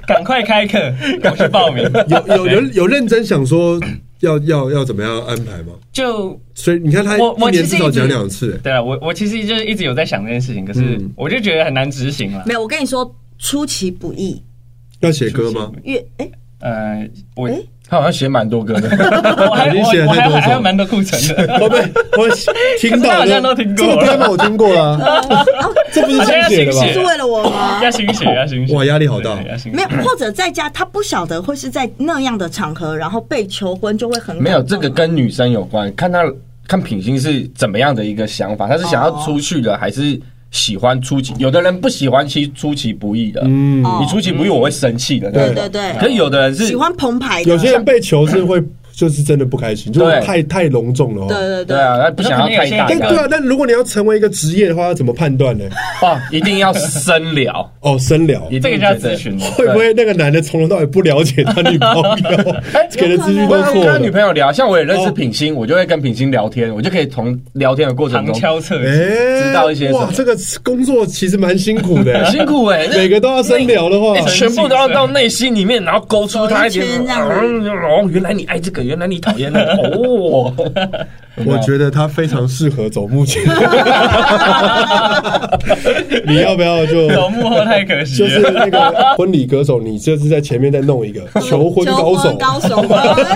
Speaker 1: 赶快开 课，我去报名，
Speaker 4: 有有有有认真想说要要要怎么样安排吗？
Speaker 1: 就
Speaker 4: 所以你看他
Speaker 1: 我
Speaker 4: 一
Speaker 1: 我
Speaker 4: 年
Speaker 1: 其实
Speaker 4: 至
Speaker 1: 一
Speaker 4: 少
Speaker 1: 直
Speaker 4: 讲两次，
Speaker 1: 对啊，我我其实就是一直有在想这件事情，可是
Speaker 4: 嗯
Speaker 1: 我就觉得很难执行了。
Speaker 5: 没有，我跟你说，出其不意。
Speaker 4: 要写歌吗？
Speaker 5: 越哎，
Speaker 1: 呃，我
Speaker 5: 诶
Speaker 7: 他好像写蛮多歌的，
Speaker 1: 我还
Speaker 4: 已经
Speaker 1: 我
Speaker 4: 写了
Speaker 1: 我
Speaker 4: 太
Speaker 1: 还
Speaker 4: 多
Speaker 1: 还
Speaker 4: 首
Speaker 1: 有蛮多库存 的。
Speaker 4: 我被我听
Speaker 1: 可
Speaker 4: 到
Speaker 1: 是他好像都听过
Speaker 4: 这个 demo 我听过啦， 这不是啊新写
Speaker 1: 现在新
Speaker 4: 的
Speaker 5: 是
Speaker 1: 写
Speaker 4: 吧？
Speaker 5: 为了我吗？
Speaker 1: 要心血，要心血！
Speaker 4: 哇压力好大
Speaker 1: 对要心血
Speaker 5: 没有，或者在家，他不晓得会是在那样的场合，然后被求婚就会很
Speaker 7: 没有
Speaker 5: 感动
Speaker 7: 这个跟女生有关，看她看品性是怎么样的一个想法，她是想要出去的，还是喜欢出其？有的人不喜欢其出其不意的，
Speaker 4: 嗯，
Speaker 5: 哦
Speaker 7: 你出其不意我会生气的，
Speaker 5: 对
Speaker 7: 那
Speaker 5: 对
Speaker 7: 种。
Speaker 5: 对，
Speaker 7: 可是有的人是
Speaker 5: 喜欢澎湃的，
Speaker 4: 有些人被求是会就是真的不开心，就是
Speaker 7: 对
Speaker 4: 太太隆重了
Speaker 5: 对
Speaker 4: 哦。
Speaker 5: 对
Speaker 7: 对
Speaker 5: 对，
Speaker 7: 啊，他不想要太大
Speaker 4: 但
Speaker 1: 对
Speaker 4: 对
Speaker 1: 啊
Speaker 4: 啊，但如果你要成为一个职业的话，要怎么判断 呢？
Speaker 7: 哦，一定要深聊，
Speaker 4: 哦，深聊。
Speaker 7: 一定
Speaker 1: 这个叫
Speaker 7: 觉得
Speaker 1: 咨 询。
Speaker 4: 会不会那个男的从头到尾不了解他女朋 友，给的资讯都
Speaker 7: 我哎有
Speaker 4: 错
Speaker 7: 啊跟他
Speaker 4: 了
Speaker 7: 女？朋友聊，像我也认识
Speaker 4: 哦
Speaker 7: 品心，我就会跟品心聊天，我就可以从聊天的过程
Speaker 1: 旁
Speaker 7: 中
Speaker 1: 敲侧击，
Speaker 4: 哎
Speaker 7: 知道一些什么
Speaker 4: 哇，这个工作其实蛮辛苦的，
Speaker 7: 很 辛苦哎，
Speaker 4: 每个都要深聊的话，
Speaker 7: 欸全部都要到内心里面，然后勾出他一点
Speaker 5: 走一圈这样
Speaker 7: 哦，原来你爱这个，原来你讨厌那个，哦，
Speaker 4: 我觉得他非常适合走幕 前。你要不要就
Speaker 1: 走幕后太可惜
Speaker 4: 就是
Speaker 1: 了。
Speaker 4: 那个婚礼歌手，你就是在前面再弄一 个求婚高
Speaker 5: 求
Speaker 4: 手
Speaker 5: 婚，高手哎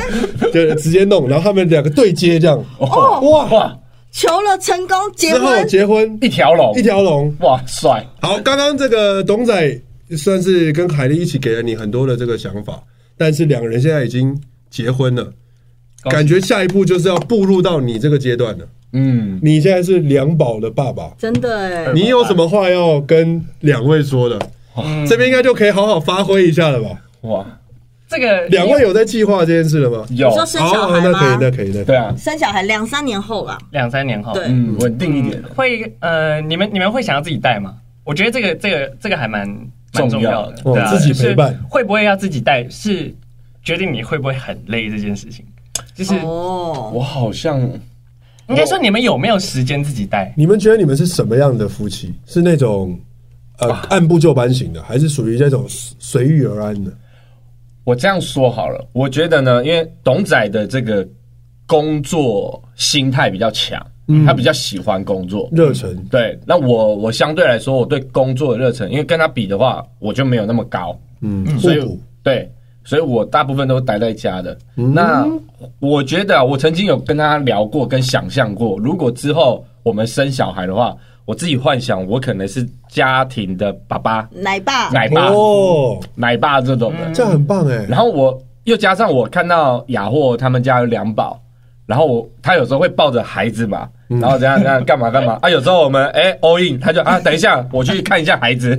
Speaker 4: 对，直接弄，然后他们两个对接这样，
Speaker 7: 哦
Speaker 4: 哇，
Speaker 7: 哇，
Speaker 5: 求了成功，结
Speaker 4: 之后
Speaker 5: 婚
Speaker 4: 结婚
Speaker 7: 一条龙
Speaker 4: 一，条龙。
Speaker 7: 哇，帅，
Speaker 4: 好，刚刚这个董仔算是跟海丽一起给了你很多的这个想法，但是两个人现在已经结婚了，
Speaker 1: 恭喜
Speaker 4: 感觉下一步就是要步入到你这个阶段了。
Speaker 7: 嗯，
Speaker 4: 你现在是两宝的爸爸，
Speaker 5: 真的哎，
Speaker 4: 你有什么话要跟两位说的？
Speaker 1: 嗯
Speaker 7: 嗯
Speaker 4: 这边应该就可以好好发挥一下了吧？
Speaker 7: 哇，
Speaker 1: 这个
Speaker 4: 两位有在计划这件事了吗？
Speaker 7: 有
Speaker 5: 你，说生小
Speaker 4: 好，
Speaker 5: 孩
Speaker 4: 哦那可以
Speaker 5: 吗，？
Speaker 4: 那可以，那可以
Speaker 7: 对啊，
Speaker 5: 生小孩两三年后啦，
Speaker 1: 两三年后，
Speaker 5: 对
Speaker 7: 嗯，稳定一点，
Speaker 1: 会呃，你们你们会想要自己带吗？我觉得这个这个这个还蛮蛮重要的，
Speaker 4: 重
Speaker 1: 对
Speaker 4: 要的
Speaker 1: 啊，
Speaker 4: 哦自己
Speaker 1: 就是
Speaker 4: 陪伴
Speaker 1: 会不会要自己带，是决定你会不会很累这件事情。就是
Speaker 5: 哦，
Speaker 7: 我好像
Speaker 1: 应该说你们有没有时间自己带？
Speaker 4: 你们觉得你们是什么样的夫妻？是那种呃按部就班型的，还是属于这种随遇而安的？
Speaker 7: 我这样说好了，我觉得呢，因为董仔的这个工作心态比较强，他比较喜欢工作，
Speaker 4: 热忱？
Speaker 7: 对，那我我相对来说，我对工作的热忱，因为跟他比的话，我就没有那么高，
Speaker 4: 嗯，互
Speaker 7: 所以
Speaker 4: 补。
Speaker 7: 对，所以我大部分都待在家的。那我觉得啊我曾经有跟他聊过，跟想象过，如果之后我们生小孩的话，我自己幻想我可能是家庭的爸爸、
Speaker 5: 奶爸，
Speaker 7: 奶爸、
Speaker 4: 哦，
Speaker 7: 奶爸这种的。
Speaker 4: 这样很棒哎、
Speaker 7: 然后我又加上我看到雅货他们家有两宝，然后我他有时候会抱着孩子嘛，
Speaker 4: 嗯
Speaker 7: 然后怎样怎样干嘛干 嘛啊，有时候我们哎 all in，他就啊等一下我去看一下孩 子，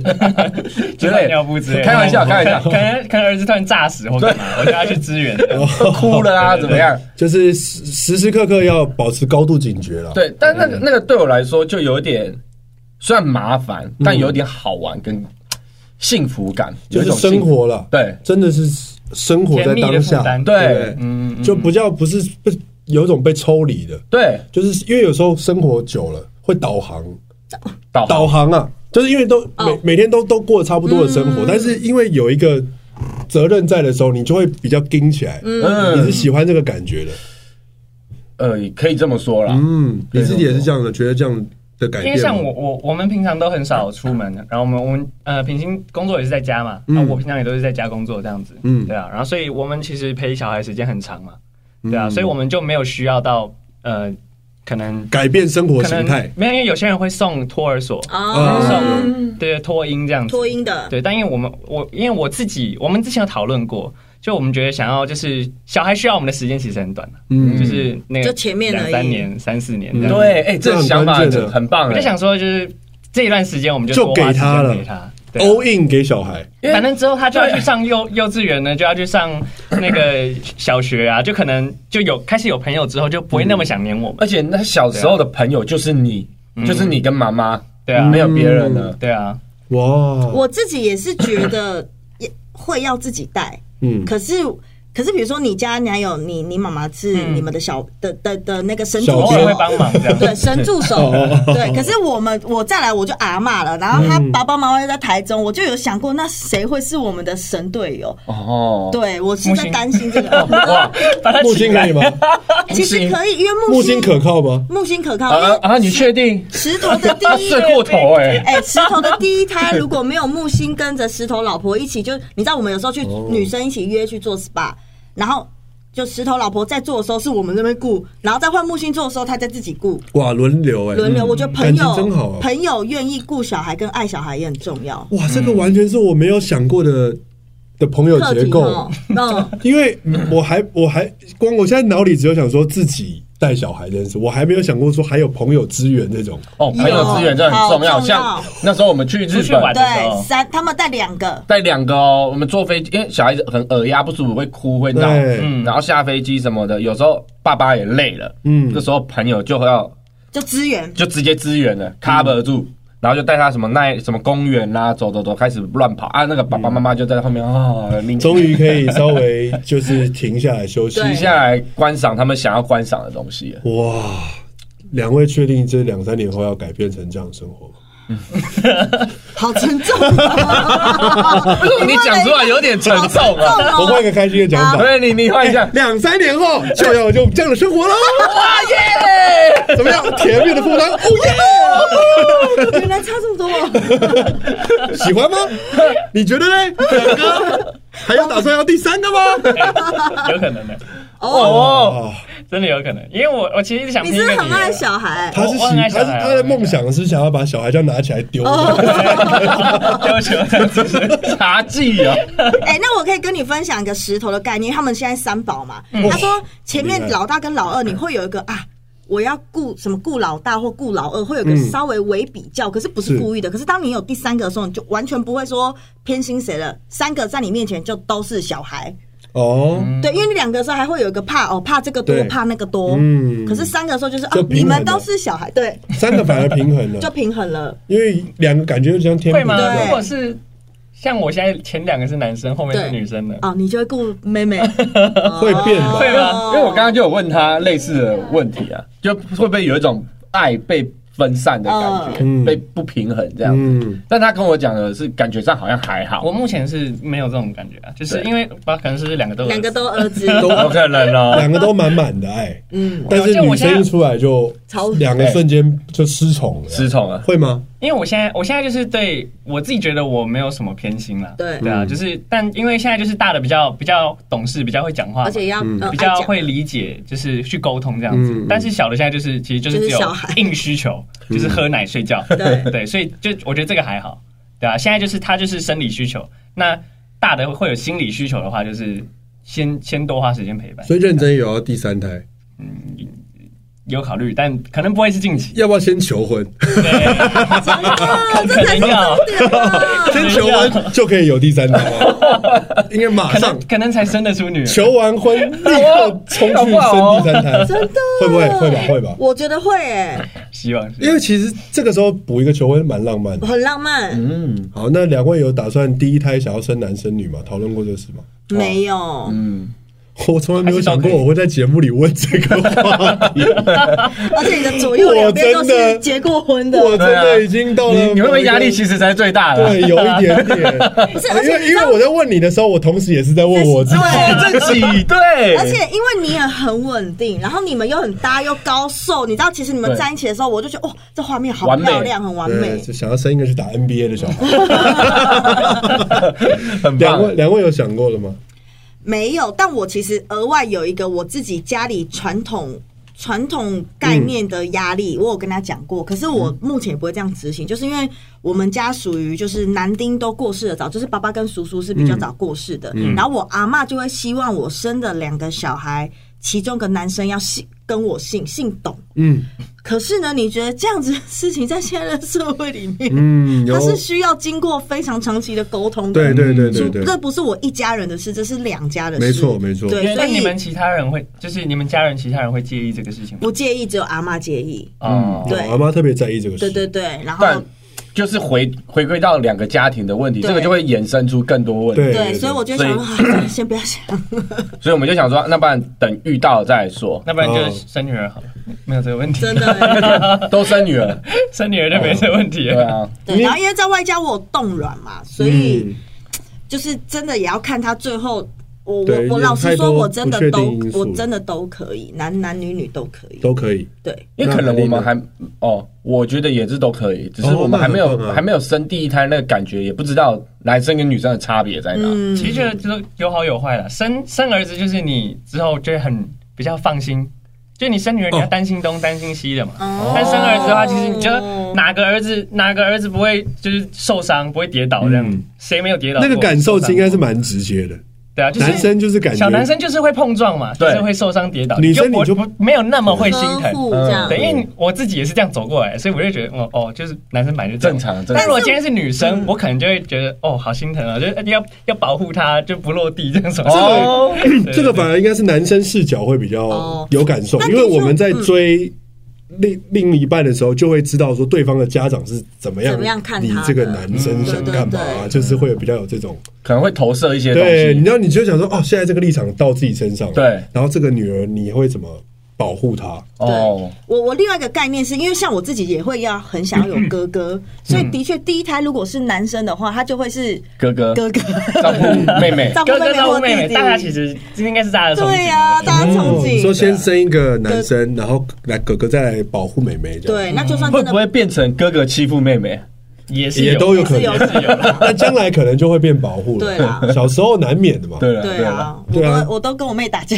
Speaker 7: 之类
Speaker 1: 换尿布之类的，
Speaker 7: 开玩笑开玩
Speaker 1: 可
Speaker 7: 笑
Speaker 1: 能可能儿子突然炸死或干嘛，我就要去支援。
Speaker 7: 哭了 啊
Speaker 1: 对对对
Speaker 7: 怎么样？
Speaker 4: 就是时时时刻刻要保持高度警觉了。，
Speaker 7: 对，但那个那个对我来说就有点虽然麻烦，但有点好玩跟幸福感，
Speaker 4: 嗯就
Speaker 7: 有一
Speaker 4: 是
Speaker 7: 种
Speaker 4: 生
Speaker 7: 幸福
Speaker 4: 活了。，
Speaker 7: 对
Speaker 4: 真的是生活
Speaker 1: 甜
Speaker 4: 在
Speaker 1: 蜜的
Speaker 4: 当
Speaker 1: 负
Speaker 4: 下，
Speaker 1: 担，
Speaker 7: 对
Speaker 4: 对不对
Speaker 1: 嗯，嗯
Speaker 4: 就不叫不是不有一种被抽离的，
Speaker 7: 对
Speaker 4: 就是因为有时候生活久了会导航，
Speaker 7: 导
Speaker 4: 导航啊，就是因为都
Speaker 5: 哦
Speaker 4: 每每天都都过得差不多的生
Speaker 5: 嗯
Speaker 4: 活，但是因为有一个责任在的时候，你就会比较盯起来，你
Speaker 7: 嗯
Speaker 4: 是喜欢这个感觉的，
Speaker 7: 呃可以这么说啦，
Speaker 4: 嗯，你自己也是这样的，觉得这样的改
Speaker 1: 因
Speaker 4: 变
Speaker 1: 为
Speaker 4: 吗，
Speaker 1: 像我我我们平常都很少出门，然后我们我们呃平行工作也是在家嘛，那、我平常也都是在家工作这样子，
Speaker 4: 嗯
Speaker 1: 对啊，然后所以我们其实陪小孩时间很长嘛，对啊，所以我们就没有需要到呃可能
Speaker 4: 改变生活
Speaker 1: 可
Speaker 4: 形
Speaker 1: 能
Speaker 4: 态，
Speaker 1: 没有，因为有些人会送托儿所，
Speaker 5: 哦，
Speaker 4: 嗯
Speaker 1: 送对托婴这样子，
Speaker 5: 脱音的，
Speaker 1: 对，但因为我们我因为我自己，我们之前有讨论过，就我们觉得想要就是小孩需要我们的时间其实很短的，
Speaker 4: 嗯
Speaker 1: 就是那个
Speaker 5: 就前面而
Speaker 1: 两
Speaker 5: 已
Speaker 1: 三年、三四年这样。
Speaker 7: 对，哎，这
Speaker 4: 这
Speaker 7: 个
Speaker 4: 很
Speaker 7: 想法
Speaker 4: 关键的
Speaker 7: 很很棒，
Speaker 1: 我
Speaker 7: 哎
Speaker 1: 就想说，就是这一段时间我们就
Speaker 4: 就
Speaker 1: 多花
Speaker 4: 给他
Speaker 1: 时间
Speaker 4: 了
Speaker 1: 给他，对啊
Speaker 4: all in 给小孩，
Speaker 1: 因为反正之后他就要去上幼幼稚园呢，就要去上那个小学啊，就可能就有开始有朋友之后，就不会那么想念我们。
Speaker 7: 而且那小时候的朋友就是你，就是你跟妈妈，
Speaker 1: 对啊
Speaker 7: 没，有别人了。
Speaker 1: 对啊，
Speaker 4: 哇，
Speaker 5: 我自己也是觉得也会要自己带，
Speaker 4: 嗯，
Speaker 5: 可是可是比如说你家男友，你你妈妈是
Speaker 1: 嗯
Speaker 5: 你们的小的的的那个神助
Speaker 4: 小
Speaker 1: 偶
Speaker 5: 手
Speaker 1: 尔会，帮忙这样。
Speaker 5: 对神助手
Speaker 4: 哦，
Speaker 5: 对。可是我们我再来我就阿嬷了，然后他
Speaker 4: 嗯
Speaker 5: 爸爸妈妈又在台中，我就有想过，那谁会是我们的神队友？
Speaker 7: 哦，
Speaker 5: 对我是
Speaker 1: 木
Speaker 5: 在
Speaker 1: 星
Speaker 5: 担心这个，
Speaker 7: 哇，
Speaker 1: 把他
Speaker 4: 木
Speaker 1: 请
Speaker 4: 星
Speaker 1: 来
Speaker 4: 可以吗？
Speaker 5: 其实可以，因为木
Speaker 4: 木星可靠吗？
Speaker 5: 木星可靠，因
Speaker 7: 啊
Speaker 5: 为
Speaker 7: 啊，你确定？
Speaker 5: 石头的第
Speaker 7: 他
Speaker 5: 一
Speaker 7: 睡过头哎、
Speaker 5: 哎、石头的第一胎如果没有木星跟着石头老婆一起，就你知道我们有时候去
Speaker 4: 哦
Speaker 5: 女生一起约去做 SPA，然后就石头老婆在做的时候是我们这边顾，然后再换木星做的时候她在自己顾，
Speaker 4: 哇，轮流哎，
Speaker 5: 轮流。欸嗯我觉得朋
Speaker 4: 感情
Speaker 5: 友
Speaker 4: 真好啊
Speaker 5: 朋友愿意顾小孩跟爱小孩也很重 要。
Speaker 4: 哇，这个完全是我没有想过的的朋友
Speaker 5: 课
Speaker 4: 结
Speaker 5: 题
Speaker 4: 构
Speaker 5: 哦，， 嗯，
Speaker 4: 因为我还我还光我现在脑里只有想说自己带小孩这件事，我还没有想过说还有朋友支援这种。
Speaker 7: 哦，朋友资源真的很重
Speaker 5: 哎有好
Speaker 7: 要。
Speaker 5: 重
Speaker 7: 像
Speaker 5: 要
Speaker 7: 那时候我们去
Speaker 1: 出
Speaker 7: 日
Speaker 1: 去玩
Speaker 7: 本，
Speaker 1: 的时候
Speaker 5: 对，，三他们带两个，
Speaker 7: 带两个哦，我们坐飞机，因为小孩子很耳压不舒服，会哭会闹，
Speaker 4: 对
Speaker 7: 嗯，然后下飞机什么的，有时候爸爸也累了，
Speaker 4: 嗯
Speaker 7: 嗯，这时候朋友就要
Speaker 5: 就支援。
Speaker 7: 就直接支援了，cover 住。然后就带他什么奈什么公园啦、走走走，开始乱跑啊！那个爸爸妈妈就在后面啊，你
Speaker 4: 终于可以稍微就是停下来休息
Speaker 5: 对
Speaker 4: 一
Speaker 7: 停
Speaker 4: 下。
Speaker 7: 下来观赏他们想要观赏的东西了。
Speaker 4: 哇，两位确定这两三年后要改变成这样的生活吗？
Speaker 5: 好沉 重、
Speaker 7: 你讲出来有点沉重
Speaker 5: 哦
Speaker 7: 啊！
Speaker 4: 我换一个开心的讲法，
Speaker 7: 对，你你换 一下，
Speaker 4: 两三年后就要有这样的生活喽！
Speaker 7: 哇耶！
Speaker 4: 怎么样？甜蜜的负担，哦耶！
Speaker 5: 原来差这么多。
Speaker 4: 喜欢吗？你觉得呢？两个，还有打算要第三个吗？
Speaker 1: 有可能的，
Speaker 7: 哦，
Speaker 4: 哦，
Speaker 1: 真的有可能。因为我我其实一直想
Speaker 5: 你
Speaker 1: 听
Speaker 5: 是
Speaker 1: 一
Speaker 5: 不
Speaker 1: 个
Speaker 5: 是
Speaker 1: 女
Speaker 5: 很爱
Speaker 1: 人，
Speaker 5: 小孩，
Speaker 4: 他是
Speaker 1: 我
Speaker 4: 喜，
Speaker 1: 我很
Speaker 4: 他
Speaker 1: 爱
Speaker 4: 是
Speaker 1: 小孩
Speaker 4: 他的梦想是想要把小孩这样拿起来丢。
Speaker 1: 对不起，我真的是
Speaker 7: 茶技啊！
Speaker 5: 哎、那我可以跟你分享一个石头的概念，因为他们现在三宝嘛。
Speaker 7: 嗯
Speaker 5: 他说前面老大跟老二，你会有一个啊，我要顾什么顾老大或顾老二，会有一个
Speaker 4: 嗯
Speaker 5: 稍微微比较，可是不是
Speaker 4: 是
Speaker 5: 故意的。可是当你有第三个的时候，你就完全不会说偏心谁了。三个在你面前就都是小孩，
Speaker 4: 哦，
Speaker 5: 对，因为你两个的时候还会有一个怕哦，怕这个多
Speaker 4: 对，
Speaker 5: 怕那个多。
Speaker 4: 嗯
Speaker 5: 可是三个的时候就是啊
Speaker 4: 就，平
Speaker 5: 你
Speaker 4: 衡了
Speaker 5: 们都是小孩，对，
Speaker 4: 三个反而平衡
Speaker 5: 就
Speaker 4: 了，
Speaker 5: 平衡了。
Speaker 4: 因为两个感觉就像天
Speaker 1: 会吗？
Speaker 5: 对
Speaker 1: 如果是像我现在前两个是男生，后面是女生的，
Speaker 5: 哦，你就会顾妹哦妹，
Speaker 4: 会变吧
Speaker 1: 会吗
Speaker 7: 因为我刚刚就有问他类似的问题啊，就会不会有一种爱被分散的感觉，
Speaker 4: 嗯
Speaker 7: 被不平衡这样？
Speaker 4: 嗯，
Speaker 7: 但他跟我讲的是，感觉上好像还好
Speaker 1: 我。目前是没有这种感觉啊，就是
Speaker 7: 对
Speaker 1: 因为吧，可能是不是两个都有
Speaker 5: 两个都儿子，
Speaker 4: 都
Speaker 7: 有可能哦，
Speaker 4: 两个都满满的爱，
Speaker 5: 嗯，
Speaker 4: 但是女生一出来就
Speaker 5: 超
Speaker 4: 两个瞬间就失宠了，
Speaker 7: 失宠啊了。
Speaker 4: 会吗？
Speaker 1: 因为我现在我现在就是对我自己觉得我没有什么偏心啦，
Speaker 5: 对
Speaker 1: 对
Speaker 4: 嗯
Speaker 1: 啊，就是但因为现在就是大的比较比较懂事，比较会讲话嘛，
Speaker 5: 而且要、
Speaker 4: 嗯
Speaker 5: 呃
Speaker 1: 啊比
Speaker 5: 爱
Speaker 1: 较
Speaker 5: 讲
Speaker 1: 会理解，就是去沟通这样子。
Speaker 4: 嗯嗯嗯
Speaker 1: 但是小的现在就是其实就是
Speaker 5: 就是
Speaker 1: 只有
Speaker 5: 小孩
Speaker 1: 硬需求，就是喝奶睡觉，
Speaker 5: 对
Speaker 1: 对，所以就我觉得这个还好，对啊，现在就是他就是生理需求，那大的会有心理需求的话，就是先先多花时间陪伴，
Speaker 4: 所以认真有要第三胎，
Speaker 1: 有考虑，但可能不会是近 期，
Speaker 4: 要不要先求婚？
Speaker 5: 啊，这才是重 点啊！
Speaker 4: 先求婚就可以有第三胎吗，应该马
Speaker 1: 可
Speaker 4: 上
Speaker 1: 能可能才生得出女儿。
Speaker 4: 求完 婚立
Speaker 7: 啊
Speaker 4: 刻冲去生第三胎，
Speaker 5: 真的
Speaker 4: 会不会？会吧，会吧。
Speaker 5: 我觉得会诶、
Speaker 1: 希望是
Speaker 4: 因为其实这个时候补一个求婚蛮浪漫的。
Speaker 5: 很浪漫。
Speaker 7: 嗯
Speaker 4: 好，那两位有打算第一胎想要生男生女吗？讨论过这事吗？
Speaker 5: 没有，
Speaker 7: 嗯，
Speaker 4: 我从来没有想过
Speaker 1: 还是都可以
Speaker 4: 我会在节目里问这个话 题，
Speaker 7: 啊
Speaker 5: 而且你的左右两边都是结过婚的，
Speaker 4: 我真
Speaker 7: 对啊
Speaker 4: 的已经到了
Speaker 7: 你你会不
Speaker 4: 某一
Speaker 7: 会
Speaker 4: 个
Speaker 7: 压力其实才是最大的？啊
Speaker 4: 对， 有一点点。
Speaker 5: 而
Speaker 4: 因
Speaker 5: 且你
Speaker 4: 为
Speaker 5: 知
Speaker 4: 因
Speaker 5: 道
Speaker 4: 为我在问你的时候，我同时也是在问我 自己。
Speaker 5: 对。
Speaker 7: 自己对，
Speaker 5: 而且因为你也很稳定，然后你们又很搭又高瘦，你知道，其实你们
Speaker 7: 对
Speaker 5: 在一起的时候，我就觉得哇，这画面好
Speaker 7: 完美
Speaker 5: 漂亮，很完
Speaker 4: 对，
Speaker 5: 美。
Speaker 4: 就想要生一个去打 NBA 的小孩。
Speaker 7: 很
Speaker 4: 两
Speaker 7: 棒。
Speaker 4: 位两位有想过了吗？
Speaker 5: 没有，但我其实额外有一个我自己家里传统传统概念的压
Speaker 4: 嗯
Speaker 5: 力，我有跟他讲过，可是我目前也不会这样执行，就是因为我们家属于就是男丁都过世的早，就是爸爸跟叔叔是比较早过世
Speaker 4: 嗯
Speaker 5: 的，然后我阿嬷就会希望我生的两个小孩，其中一个男生要姓。跟我姓，姓董。
Speaker 4: 嗯
Speaker 5: 可是呢，你觉得这样子的事情在现在的社会里面，
Speaker 4: 嗯，有
Speaker 5: 它是需要经过非常长期的沟通
Speaker 4: 对
Speaker 5: 的。
Speaker 4: 对对对
Speaker 7: 嗯
Speaker 5: 这
Speaker 4: 对，
Speaker 5: 这不是我一家人的事，这是两家的事。
Speaker 4: 没错没错
Speaker 5: 对，所
Speaker 1: 那
Speaker 5: 以
Speaker 1: 你们其他人会，就是你们家人其他人会介意这个事情吗？
Speaker 5: 不介意，只有阿妈介意。
Speaker 1: 哦，
Speaker 5: 对
Speaker 4: 哦阿妈特别在意这个事，
Speaker 5: 对对对，然后
Speaker 7: 嗯但就是回回归到两个家庭的问题，
Speaker 5: 对
Speaker 7: 这个就会衍生出更多问
Speaker 4: 对
Speaker 7: 题。
Speaker 5: 对，所以我就想，啊先不要想。
Speaker 7: 所以我们就想说，那不然等遇到再 说。
Speaker 1: 那不然就
Speaker 4: 哦
Speaker 1: 生女儿好了，没有这个问题。
Speaker 5: 真的
Speaker 7: 都生女 儿，
Speaker 1: 生女儿就没这个问题
Speaker 7: 对
Speaker 1: 了。
Speaker 7: 啊，
Speaker 5: 对，然后因为在外加我有冻卵嘛，所
Speaker 4: 嗯
Speaker 5: 以就是真的也要看他最后。我我
Speaker 4: 对
Speaker 5: 我老实
Speaker 4: 太多
Speaker 5: 说，我真的
Speaker 4: 不确
Speaker 5: 都
Speaker 4: 定因素
Speaker 5: 我真的都可以，男男女女都可以
Speaker 4: 嗯。都可以。
Speaker 5: 对，
Speaker 7: 因为可能我们
Speaker 4: 那
Speaker 7: 还哦，我觉得也是都可以，只是
Speaker 4: 哦
Speaker 7: 我们还没
Speaker 4: 那
Speaker 7: 有
Speaker 4: 很棒啊
Speaker 7: 还没有生第一胎那个感觉，也不知道男生跟女生的差别在哪。
Speaker 5: 嗯
Speaker 1: 其实觉得就是有好有坏啦。生生儿子就是你之后就会很比较放心，就你生女儿你要担心东担心西的嘛。
Speaker 5: 哦
Speaker 1: 但生儿子的话，其实你觉得哪个儿子哪个儿子不会就是受伤不会跌倒这样
Speaker 4: 嗯？
Speaker 1: 谁没有跌倒过？
Speaker 4: 那个感受应该
Speaker 1: 受伤
Speaker 4: 是蛮直接的，
Speaker 1: 过对啊，就是
Speaker 4: 男生就是感觉
Speaker 1: 小男生就是会碰撞嘛，就
Speaker 7: 对
Speaker 1: 是会受伤跌倒。
Speaker 4: 女生
Speaker 1: 我
Speaker 4: 你就
Speaker 1: 不没有那么会心
Speaker 5: 呵
Speaker 1: 疼。
Speaker 5: 护这样
Speaker 1: 对，。因为我自己也是这样走过来，所以我就觉得，哦哦，就是男生本来就这样
Speaker 7: 正。常，正
Speaker 1: 但
Speaker 7: 常
Speaker 1: 如。果今天是女生，我可能就会觉得，哦，好心疼啊，就是要要保护她，就不落地这样什么。
Speaker 7: 哦，
Speaker 4: 这个反而应该是男生视角会比较
Speaker 5: 哦
Speaker 4: 有感受，
Speaker 5: 那嗯
Speaker 4: 因
Speaker 5: 的
Speaker 4: 为
Speaker 5: 确
Speaker 4: 我们在追另另一半的时候，就会知道说对方的家长是怎么样
Speaker 5: 怎么样看他
Speaker 4: 你
Speaker 5: 的
Speaker 4: 这个男生
Speaker 5: 嗯
Speaker 4: 想干嘛
Speaker 5: 对对，对
Speaker 4: 就是会有比较有这种
Speaker 7: 可能会投射一些东
Speaker 4: 对，你
Speaker 7: 西。
Speaker 4: 知道你就想说哦，现在这个立场到自己身上了，
Speaker 7: 对，
Speaker 4: 然后这个女儿你会怎么保护她？
Speaker 7: 哦，
Speaker 5: 我我另外一个概念是因为像我自己也会要很想要有哥
Speaker 4: 嗯
Speaker 5: 哥， 所以的确第一胎如果是男生的话，他就会是
Speaker 7: 哥
Speaker 4: 呃
Speaker 7: 哥，
Speaker 5: 哥哥，
Speaker 7: 照顾妹 妹，
Speaker 5: 照顾
Speaker 1: 哥
Speaker 5: 妹
Speaker 1: 哥
Speaker 5: 妹
Speaker 1: 照
Speaker 5: 或
Speaker 1: 顾妹妹，
Speaker 5: 弟弟。
Speaker 1: 大家其实这应该是大家的憧憬。
Speaker 5: 对呀、
Speaker 1: 对
Speaker 5: 大家憧
Speaker 4: 哦你嗯说
Speaker 5: 憬。
Speaker 4: 先生一个男生，然后来哥哥再来保护妹妹，这样
Speaker 5: 对，那就算
Speaker 7: 会
Speaker 5: 真的
Speaker 7: 不会变成哥哥欺负妹妹？
Speaker 1: 也是
Speaker 4: 也都有可
Speaker 5: 是
Speaker 4: 能
Speaker 5: 有，
Speaker 1: 是有啦
Speaker 4: 那将来可能就会变保护
Speaker 5: 对啦
Speaker 4: 了。小时候难免的嘛。
Speaker 7: 对了，
Speaker 5: 对
Speaker 7: 了，
Speaker 5: 啊，我
Speaker 4: 对啊
Speaker 5: 都我都跟我妹打架，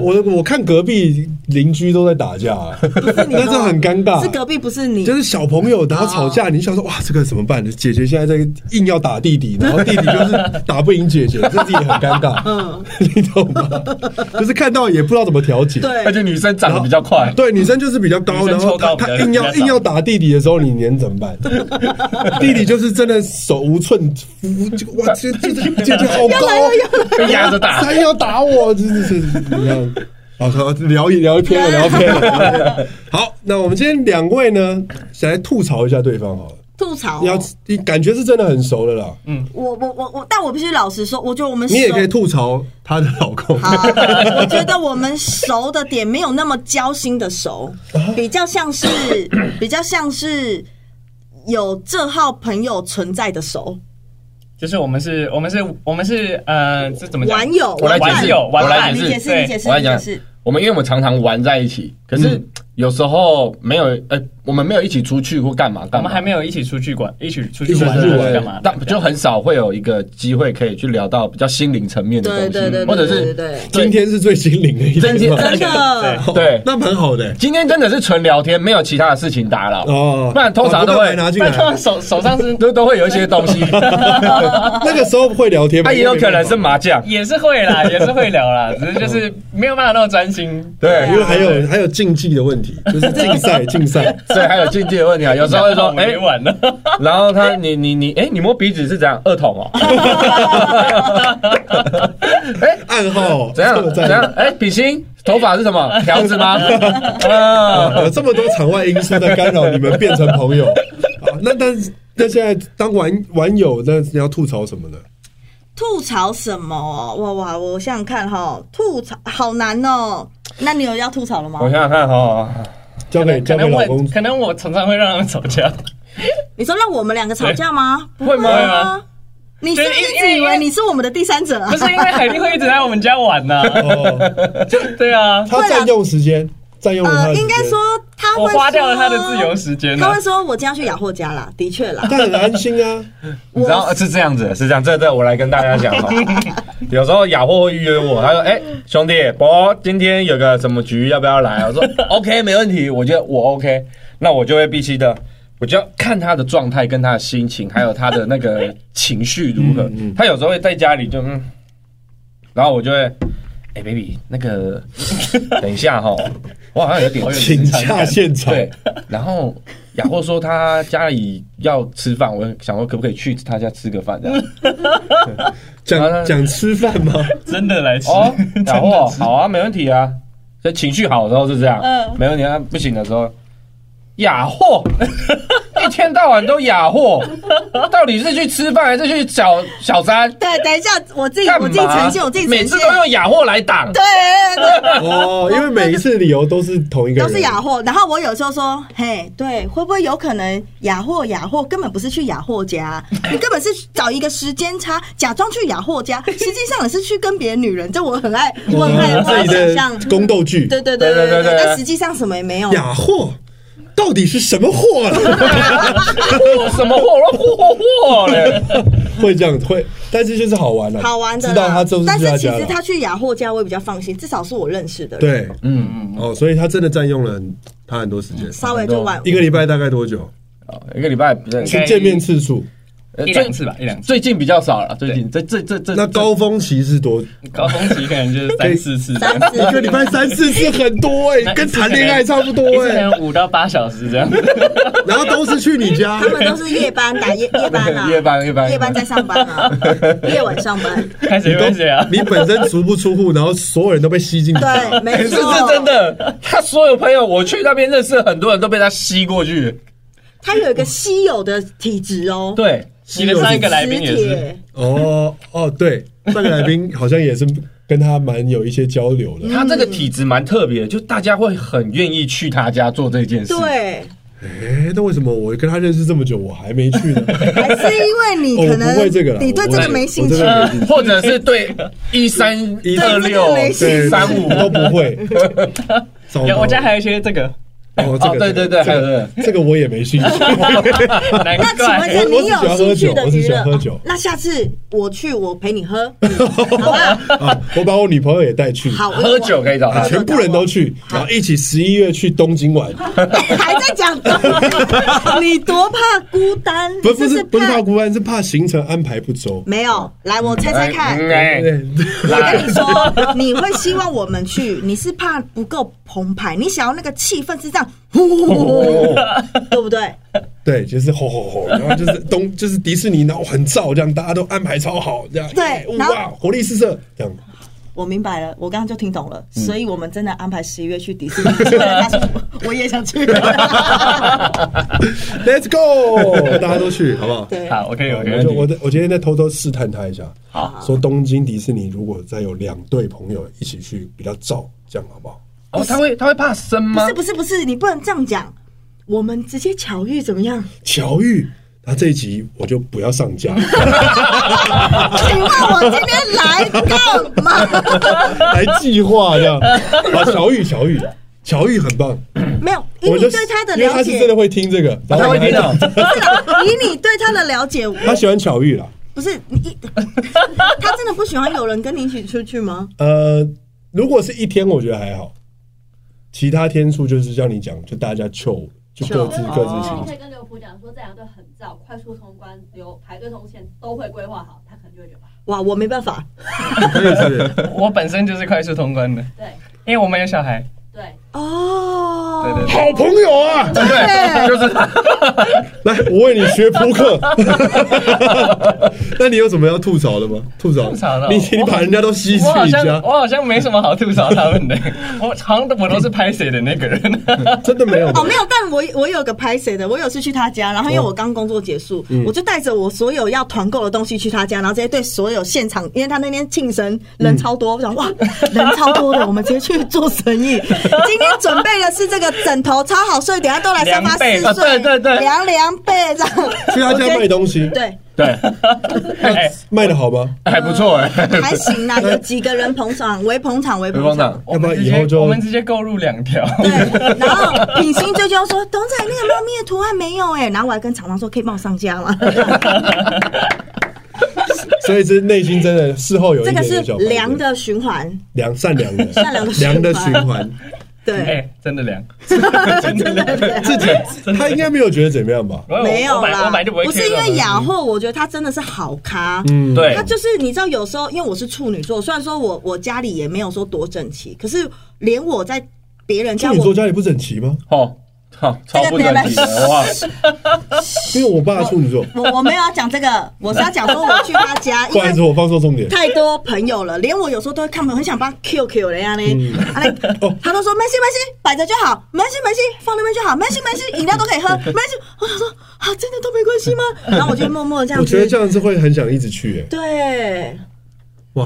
Speaker 4: 我我看隔壁邻居都在打架，
Speaker 5: 是 你
Speaker 4: 那这
Speaker 5: 哦
Speaker 4: 很尴尬。
Speaker 5: 是隔壁不哦是你
Speaker 4: 就。是小朋友，然后吵架，你想说哇，这个怎么办？姐姐现在在硬要打弟弟，然后弟弟就是打不赢姐姐，这自己很尴尬，
Speaker 5: 嗯，
Speaker 4: 你懂吗？就是看到也不知道怎么调解。
Speaker 5: 对
Speaker 7: 而，且女生长得比较快，
Speaker 4: 对，女生就是比较高，
Speaker 1: 女
Speaker 4: 然
Speaker 1: 生
Speaker 4: 后
Speaker 1: 抽
Speaker 4: 她
Speaker 1: 高
Speaker 4: 她
Speaker 1: 比较
Speaker 4: 硬要
Speaker 1: 比较少
Speaker 4: 硬要打弟弟的时候，你能怎么办？弟弟就是真的手无寸肤，就哇，这这这姐姐好高，
Speaker 7: 被压着打。
Speaker 4: 她要打我，真的是怎么样？好，好聊一聊一篇了，聊一篇了聊一篇了。 好，那我们今天两位呢，想来吐槽一下对方好了。
Speaker 5: 吐槽哦。嗯
Speaker 4: 要你感觉是真的很熟了啦，
Speaker 5: 我我我我，但我必须老实说，我觉得我们熟
Speaker 4: 你也可以吐槽她的老公。
Speaker 5: 好，啊我觉得我们熟的点没有那么交心的熟，比较像 是比较像是有这号朋友存在的熟，
Speaker 1: 就是我们是，我们是，我们是，呃，这怎么讲？
Speaker 5: 玩友，
Speaker 7: 我来解释
Speaker 5: 玩伴
Speaker 1: 友玩
Speaker 7: 我来
Speaker 1: 伴
Speaker 5: 你
Speaker 7: 解
Speaker 5: 解
Speaker 7: 释。
Speaker 5: 释，
Speaker 1: 对
Speaker 5: 你解释，
Speaker 7: 我来
Speaker 5: 你解
Speaker 7: 讲
Speaker 5: 释，
Speaker 7: 我们因为我们常常玩在一起，可是
Speaker 4: 嗯
Speaker 7: 有时候没有，呃，我们没有一起出去或干嘛干嘛，
Speaker 1: 我们还没有一起出去玩，一起出去
Speaker 4: 一
Speaker 1: 玩啊
Speaker 4: 起出去玩
Speaker 1: 干嘛？
Speaker 7: 但就很少会有一个机会可以去聊到比较心灵层面的东
Speaker 5: 对
Speaker 7: 西，
Speaker 5: 对对，对
Speaker 7: 或者
Speaker 5: 对
Speaker 7: 是
Speaker 5: 对
Speaker 4: 今天是最心灵的一天
Speaker 7: 今天
Speaker 4: 吧，
Speaker 5: 对，真的，
Speaker 1: 对
Speaker 7: 对
Speaker 4: 那蛮 好的欸
Speaker 7: 今天真的是纯聊天，没有其他的事情打扰，
Speaker 4: 哦。
Speaker 7: 不然通常都
Speaker 4: 把
Speaker 7: 会
Speaker 4: 这个拿进
Speaker 1: 但他
Speaker 4: 来
Speaker 1: 们，手手上是
Speaker 7: 都都会有一些 东西，
Speaker 4: 那个时候会聊天吗，
Speaker 7: 它啊也有可能是
Speaker 4: 因为没办法
Speaker 7: 麻将，
Speaker 1: 也是会啦，也是会聊啦，只是就是没有办法那么专心。
Speaker 7: 对
Speaker 4: 因为还有还有竞技的 问题，就是竞赛竞赛。
Speaker 7: 对，还有境界的问 题啊，有时候会说，
Speaker 1: 没
Speaker 7: 哎，
Speaker 1: 完了，
Speaker 7: 然后他你你你，哎，你摸鼻子是怎样？二筒 哦，哎，
Speaker 4: 暗号
Speaker 7: 怎样
Speaker 4: 这么
Speaker 7: 怎
Speaker 4: 赞
Speaker 7: 样？哎，比心，头发是什么？条子吗？啊，
Speaker 4: 有呃这么多场外因素在干扰你们变成朋 友啊？那但那现在当玩玩友，那你要吐槽什么呢？
Speaker 5: 吐槽什么哦？哇哇，我想想看哈，吐槽好难哦。那你有要吐槽了吗？
Speaker 7: 我想想看哦，
Speaker 4: 交给
Speaker 1: 可
Speaker 4: 交给
Speaker 1: 能
Speaker 4: 老
Speaker 1: 我
Speaker 4: 公
Speaker 1: 可能我常常会让他们吵 架，
Speaker 5: 你说让我们两个吵架吗？不
Speaker 1: 会吗
Speaker 5: 啊？你是不
Speaker 1: 就是是
Speaker 5: 一
Speaker 1: 因为
Speaker 5: 直以为你是我们的第三者啊
Speaker 1: 不？是因为海蒂会一直在我们家玩呐、
Speaker 4: 哦，
Speaker 1: 对啊，
Speaker 4: 他占用时间，占用了他的
Speaker 5: 呃，
Speaker 4: 时
Speaker 5: 应
Speaker 4: 间
Speaker 5: 该说他
Speaker 1: 我
Speaker 5: 会
Speaker 1: 花掉了
Speaker 5: 说
Speaker 1: 他的自由时间呢、啊
Speaker 5: 他会说：“我今天要去雅货家啦，的确啦。
Speaker 4: 但很安心啊。
Speaker 7: 你知道呃是这样子，是这样，这这我来跟大家讲哈。有时候雅货会预约我，他说：“哎、兄弟，伯今天有个什么局，要不要来？”我说 ：“OK，没问题。”我觉得我 OK，那我就会必须的，我就要看他的状态、跟他的心情，还有他的那个情绪如何。他有时候会在家里就嗯，然后我就会：“哎、b a b y 那个等一下哈，我好像有点
Speaker 1: 好有
Speaker 4: 请假现场，
Speaker 7: 对，然后雅霍说他家里要吃饭，我想说可不可以去他家吃个饭 这样？
Speaker 4: 讲讲吃饭 吗？
Speaker 1: 真的来吃
Speaker 7: 哦，
Speaker 1: 真
Speaker 7: 雅
Speaker 1: 的
Speaker 7: 霍
Speaker 1: 吃
Speaker 7: 好啊，没问题啊。这情绪好的时候是这样，
Speaker 5: 嗯
Speaker 7: 没问题啊。不行的时候，雅霍 一天到晚都雅霍，到底是去吃饭还是去小小三？
Speaker 5: 对，等一下，我自己
Speaker 7: 干嘛
Speaker 5: 我自己澄清，我自己
Speaker 7: 每
Speaker 5: 澄
Speaker 7: 次
Speaker 5: 清。
Speaker 7: 都用雅霍来挡。
Speaker 5: 对对对，
Speaker 4: 哦，因为每一次理由都是同一个
Speaker 5: 都
Speaker 4: 人，
Speaker 5: 是雅货。然后我有时候说，嘿，对，会不会有可能雅货雅货根本不是去雅货家，你根本是找一个时间差，假装去雅货 家，实际上你是去跟别的女人。这我很爱，我很
Speaker 4: 哇
Speaker 5: 爱我
Speaker 4: 自
Speaker 5: 很
Speaker 4: 己
Speaker 5: 想象
Speaker 4: 的。宫斗剧，
Speaker 5: 对对对
Speaker 7: 对
Speaker 5: 对
Speaker 7: 对
Speaker 5: 对，
Speaker 7: 对
Speaker 5: 但实际上什么也没有。
Speaker 4: 雅货到底是什么货了？
Speaker 7: 什么货？我说货货货 嘞！
Speaker 4: 会这样会，但是就是好玩了，
Speaker 5: 好玩的啦，
Speaker 4: 知道他就是
Speaker 5: 但
Speaker 4: 他
Speaker 5: 是其
Speaker 4: 家
Speaker 5: 实
Speaker 4: 了，
Speaker 5: 他去雅货家，我也比较放心，至少是我认识的人。，
Speaker 4: 对
Speaker 7: 嗯嗯，
Speaker 4: 哦，所以他真的占用了他很多时间，
Speaker 5: 稍微就晚
Speaker 4: 一个礼拜大概多久？
Speaker 7: 好一个礼拜不是
Speaker 1: 应该
Speaker 4: 去见面次数，
Speaker 7: 呃
Speaker 1: 一两次吧，一两次。
Speaker 7: 最近比较少了，最近这这这这
Speaker 4: 那高峰期是多？
Speaker 1: 高峰期可能就是
Speaker 4: 可以
Speaker 1: 三四次这样，
Speaker 5: 三次
Speaker 4: 一个礼拜三四次很多哎、
Speaker 1: 那一次
Speaker 4: 跟谈恋爱差不多
Speaker 1: 一次
Speaker 4: 哎、
Speaker 1: 可能五到八小时这 样。
Speaker 4: 然后都是去你 家
Speaker 5: 他，们都是夜班打夜夜班啊，
Speaker 7: 夜班夜班
Speaker 5: 夜班在上班 啊，夜晚上班。
Speaker 1: 开始
Speaker 4: 都
Speaker 1: 会谁啊？
Speaker 4: 你本身足不出户，然后所有人都被吸进去。
Speaker 5: 对，
Speaker 7: 这
Speaker 5: 没
Speaker 7: 是
Speaker 5: 错，
Speaker 7: 是真。的。他所有朋友，我去那边认识的很多人都被他吸过去。
Speaker 5: 他有一个稀有的体质哦，
Speaker 7: 对，
Speaker 1: 你的上一个来
Speaker 5: 磁
Speaker 1: 宾也是，
Speaker 5: 铁。
Speaker 4: 哦哦，对，上个来宾好像也是跟他蛮有一些交流
Speaker 5: 嗯
Speaker 4: 的。
Speaker 7: 他这个体质蛮特别，就大家会很愿意去他家做这件事。，
Speaker 5: 对，
Speaker 4: 哎，那为什么我跟他认识这么久，我还没去呢？
Speaker 5: 还是因为 你
Speaker 4: 哦
Speaker 5: 可
Speaker 4: 我
Speaker 5: 能
Speaker 4: 不会这个啦
Speaker 5: 你对这个没兴趣
Speaker 4: 我这，个没兴趣
Speaker 7: 或者是对一三
Speaker 4: 对
Speaker 5: 这
Speaker 7: 二
Speaker 5: 个
Speaker 7: 六
Speaker 5: 没兴趣
Speaker 7: 三 五
Speaker 4: 我都不 会。糟糕
Speaker 1: 有我家还有一些这个，
Speaker 4: 哦，这个
Speaker 7: 哦对对对还有这
Speaker 4: 这个我也没 兴趣。
Speaker 1: 难
Speaker 5: 那请问
Speaker 1: 怪
Speaker 5: 是你有兴趣的
Speaker 4: 我只
Speaker 5: 娱
Speaker 4: 喜欢喝酒我只
Speaker 5: 乐
Speaker 4: 喜欢喝酒？
Speaker 5: 那下次我去，我陪你 喝，好吧？
Speaker 4: 啊，我把我女朋友也带去，
Speaker 5: 好，我
Speaker 7: 喝酒可以找
Speaker 4: 啊
Speaker 7: 他。
Speaker 4: 全部人都去，然后一起十一月去东京玩。
Speaker 5: 还在 讲，你多怕孤单？
Speaker 4: 不不是
Speaker 5: 这
Speaker 4: 不是怕孤单，是怕行程安排不周。
Speaker 5: 没有，来我 猜猜看。
Speaker 7: 嗯哎，
Speaker 4: 对，
Speaker 5: 我跟你说，你会希望我们去，你是怕不够澎湃，你想要那个气氛是这样， 呼，对不对？
Speaker 4: 对，就是吼吼吼，然后就是东，就是迪士尼，然后很燥，这样大家都安排超好，这样
Speaker 5: 对
Speaker 4: 耶
Speaker 5: 然后
Speaker 4: 哇，活力四射，这样
Speaker 5: 我明白了，我刚刚就听懂了，所以我们真的安排十一月去迪士尼。虽然 他说我也想去，
Speaker 4: ，Let's go，大家都去，好不好？
Speaker 5: 对，
Speaker 1: 好，我可以，我可
Speaker 4: 我就我
Speaker 1: 以。
Speaker 4: 在我今天在偷偷试探他一下，
Speaker 1: 好
Speaker 4: 说东京迪士尼如果再有两对朋友一起去，比较燥，这样好不好？
Speaker 7: 哦，他会他会怕生
Speaker 5: 不
Speaker 7: 吗
Speaker 5: 是？不是不是，你不能这样讲。我们直接巧遇怎么样？
Speaker 4: 巧遇，那这一集我就不要上架，
Speaker 5: 请问我今天来干嘛？
Speaker 4: 来计划这样，啊，巧遇巧遇巧遇很棒，
Speaker 5: 没有，以
Speaker 4: 我
Speaker 5: 你
Speaker 4: 就
Speaker 5: 对他的
Speaker 4: 因为
Speaker 5: 了
Speaker 4: 他是
Speaker 5: 解
Speaker 4: 真，的会听这个，然后
Speaker 7: 他
Speaker 4: 我
Speaker 7: 会听
Speaker 4: 还
Speaker 7: 的。
Speaker 5: 以你对他的了解，
Speaker 4: 他喜欢巧遇啦，
Speaker 5: 不是你一，他真的不喜欢有人跟你一起出去吗？
Speaker 4: 呃，如果是一天，我觉得还好，其他天数就是像你讲，就大家求就各自
Speaker 5: 哦
Speaker 4: 各自
Speaker 5: 哦
Speaker 4: 行
Speaker 6: 可以跟刘普讲说，这两队很燥，快速通关，留排队动线都会规划好，他可能就会觉得
Speaker 5: 哇，我没办法，
Speaker 1: 我本身就是快速通关的，
Speaker 6: 对
Speaker 1: 因为我们有小孩。
Speaker 6: 对，
Speaker 5: 哦，
Speaker 1: 对对对，
Speaker 4: 好朋友啊，
Speaker 7: 对，就是他。
Speaker 4: 来，我为你学扑克。 那你有什么要吐槽的吗？吐槽，
Speaker 1: 吐槽的哦
Speaker 4: 你你把人家都吸去
Speaker 1: 我好
Speaker 4: 你
Speaker 1: 像
Speaker 4: 家，
Speaker 1: 我好像没什么好吐槽他们的， 我好像我都是拍谁的那个人。
Speaker 4: 真的没有吗
Speaker 5: 哦，没有，但我我有个拍谁的，我有次去他家，然后因为我刚工作结束，我就带着我所有要团购的东西去他家，然后直接对所有现场，因为他那天庆生人超多，我想哇，人超多的，我们直接去做生意。今天准备的是这个枕头超好睡，等一下都来沙发
Speaker 1: 凉被
Speaker 5: 试睡，
Speaker 7: 啊对对对
Speaker 5: 凉凉被这样。
Speaker 4: 去他
Speaker 5: 我
Speaker 4: 家
Speaker 5: 觉得
Speaker 4: 卖东西，
Speaker 5: 对，
Speaker 7: 对，
Speaker 1: 哎
Speaker 4: 卖的好吗？
Speaker 7: 还不错哎。
Speaker 5: 还行啦，有几个人捧场，围捧场，围
Speaker 7: 刘
Speaker 5: 捧
Speaker 7: 方
Speaker 5: 场
Speaker 7: 长。，
Speaker 1: 我
Speaker 4: 要不
Speaker 1: 们
Speaker 4: 然
Speaker 1: 直
Speaker 4: 以后
Speaker 1: 接我
Speaker 4: 就
Speaker 1: 们直接购入两条。
Speaker 5: 对，然后品心追究说：“董仔，那个猫咪的图案没有哎、然后我还跟厂商说：“可以帮我上架吗？”
Speaker 4: 所以这内心真的事后有一
Speaker 5: 这
Speaker 4: 点
Speaker 5: 个是
Speaker 4: 点小矛盾
Speaker 5: 良的循环，
Speaker 4: 良善良的
Speaker 5: 善良的
Speaker 4: 良的
Speaker 5: 循
Speaker 4: 循
Speaker 5: 环
Speaker 4: 环，
Speaker 5: 对，
Speaker 1: 哎，真的凉，
Speaker 5: 真的
Speaker 4: 自己
Speaker 1: 真的
Speaker 4: 他应该没有觉得怎么样吧？
Speaker 1: 我我
Speaker 5: 没有
Speaker 1: 我本来
Speaker 5: 啦
Speaker 1: 我本来就不会 care
Speaker 5: 不
Speaker 1: 这种东西，
Speaker 5: 是因为雅货，我觉得他真的是好咖。
Speaker 4: 嗯，
Speaker 1: 对
Speaker 5: 他就是你知道，有时候因为我是处女座，虽然说我我家里也没有说多整齐，可是连我在别人家
Speaker 4: 处女座
Speaker 5: 我
Speaker 4: 家里不整齐吗？
Speaker 7: 哦，好，超不整齐的 哇！
Speaker 4: 因为我爸处女座，
Speaker 5: 我我没有要讲这个，我是要讲说我去他家，
Speaker 4: 不
Speaker 5: 因
Speaker 4: 好意
Speaker 5: 为
Speaker 4: 思，我放错重点。
Speaker 5: 太多朋友了，连我有时候都会看朋友，很想帮 QQ 人家
Speaker 4: 嗯
Speaker 5: 呢。啊嘞
Speaker 4: 哦
Speaker 5: 他都说没事没事，摆着就好，没事没事，放那边就好，没事没事，饮料都可以喝，没事。 我想说啊，真的都没关系吗？然后我就默默地这样
Speaker 4: 我
Speaker 5: 子，
Speaker 4: 觉得这样子会很想一直去，哎，
Speaker 5: 对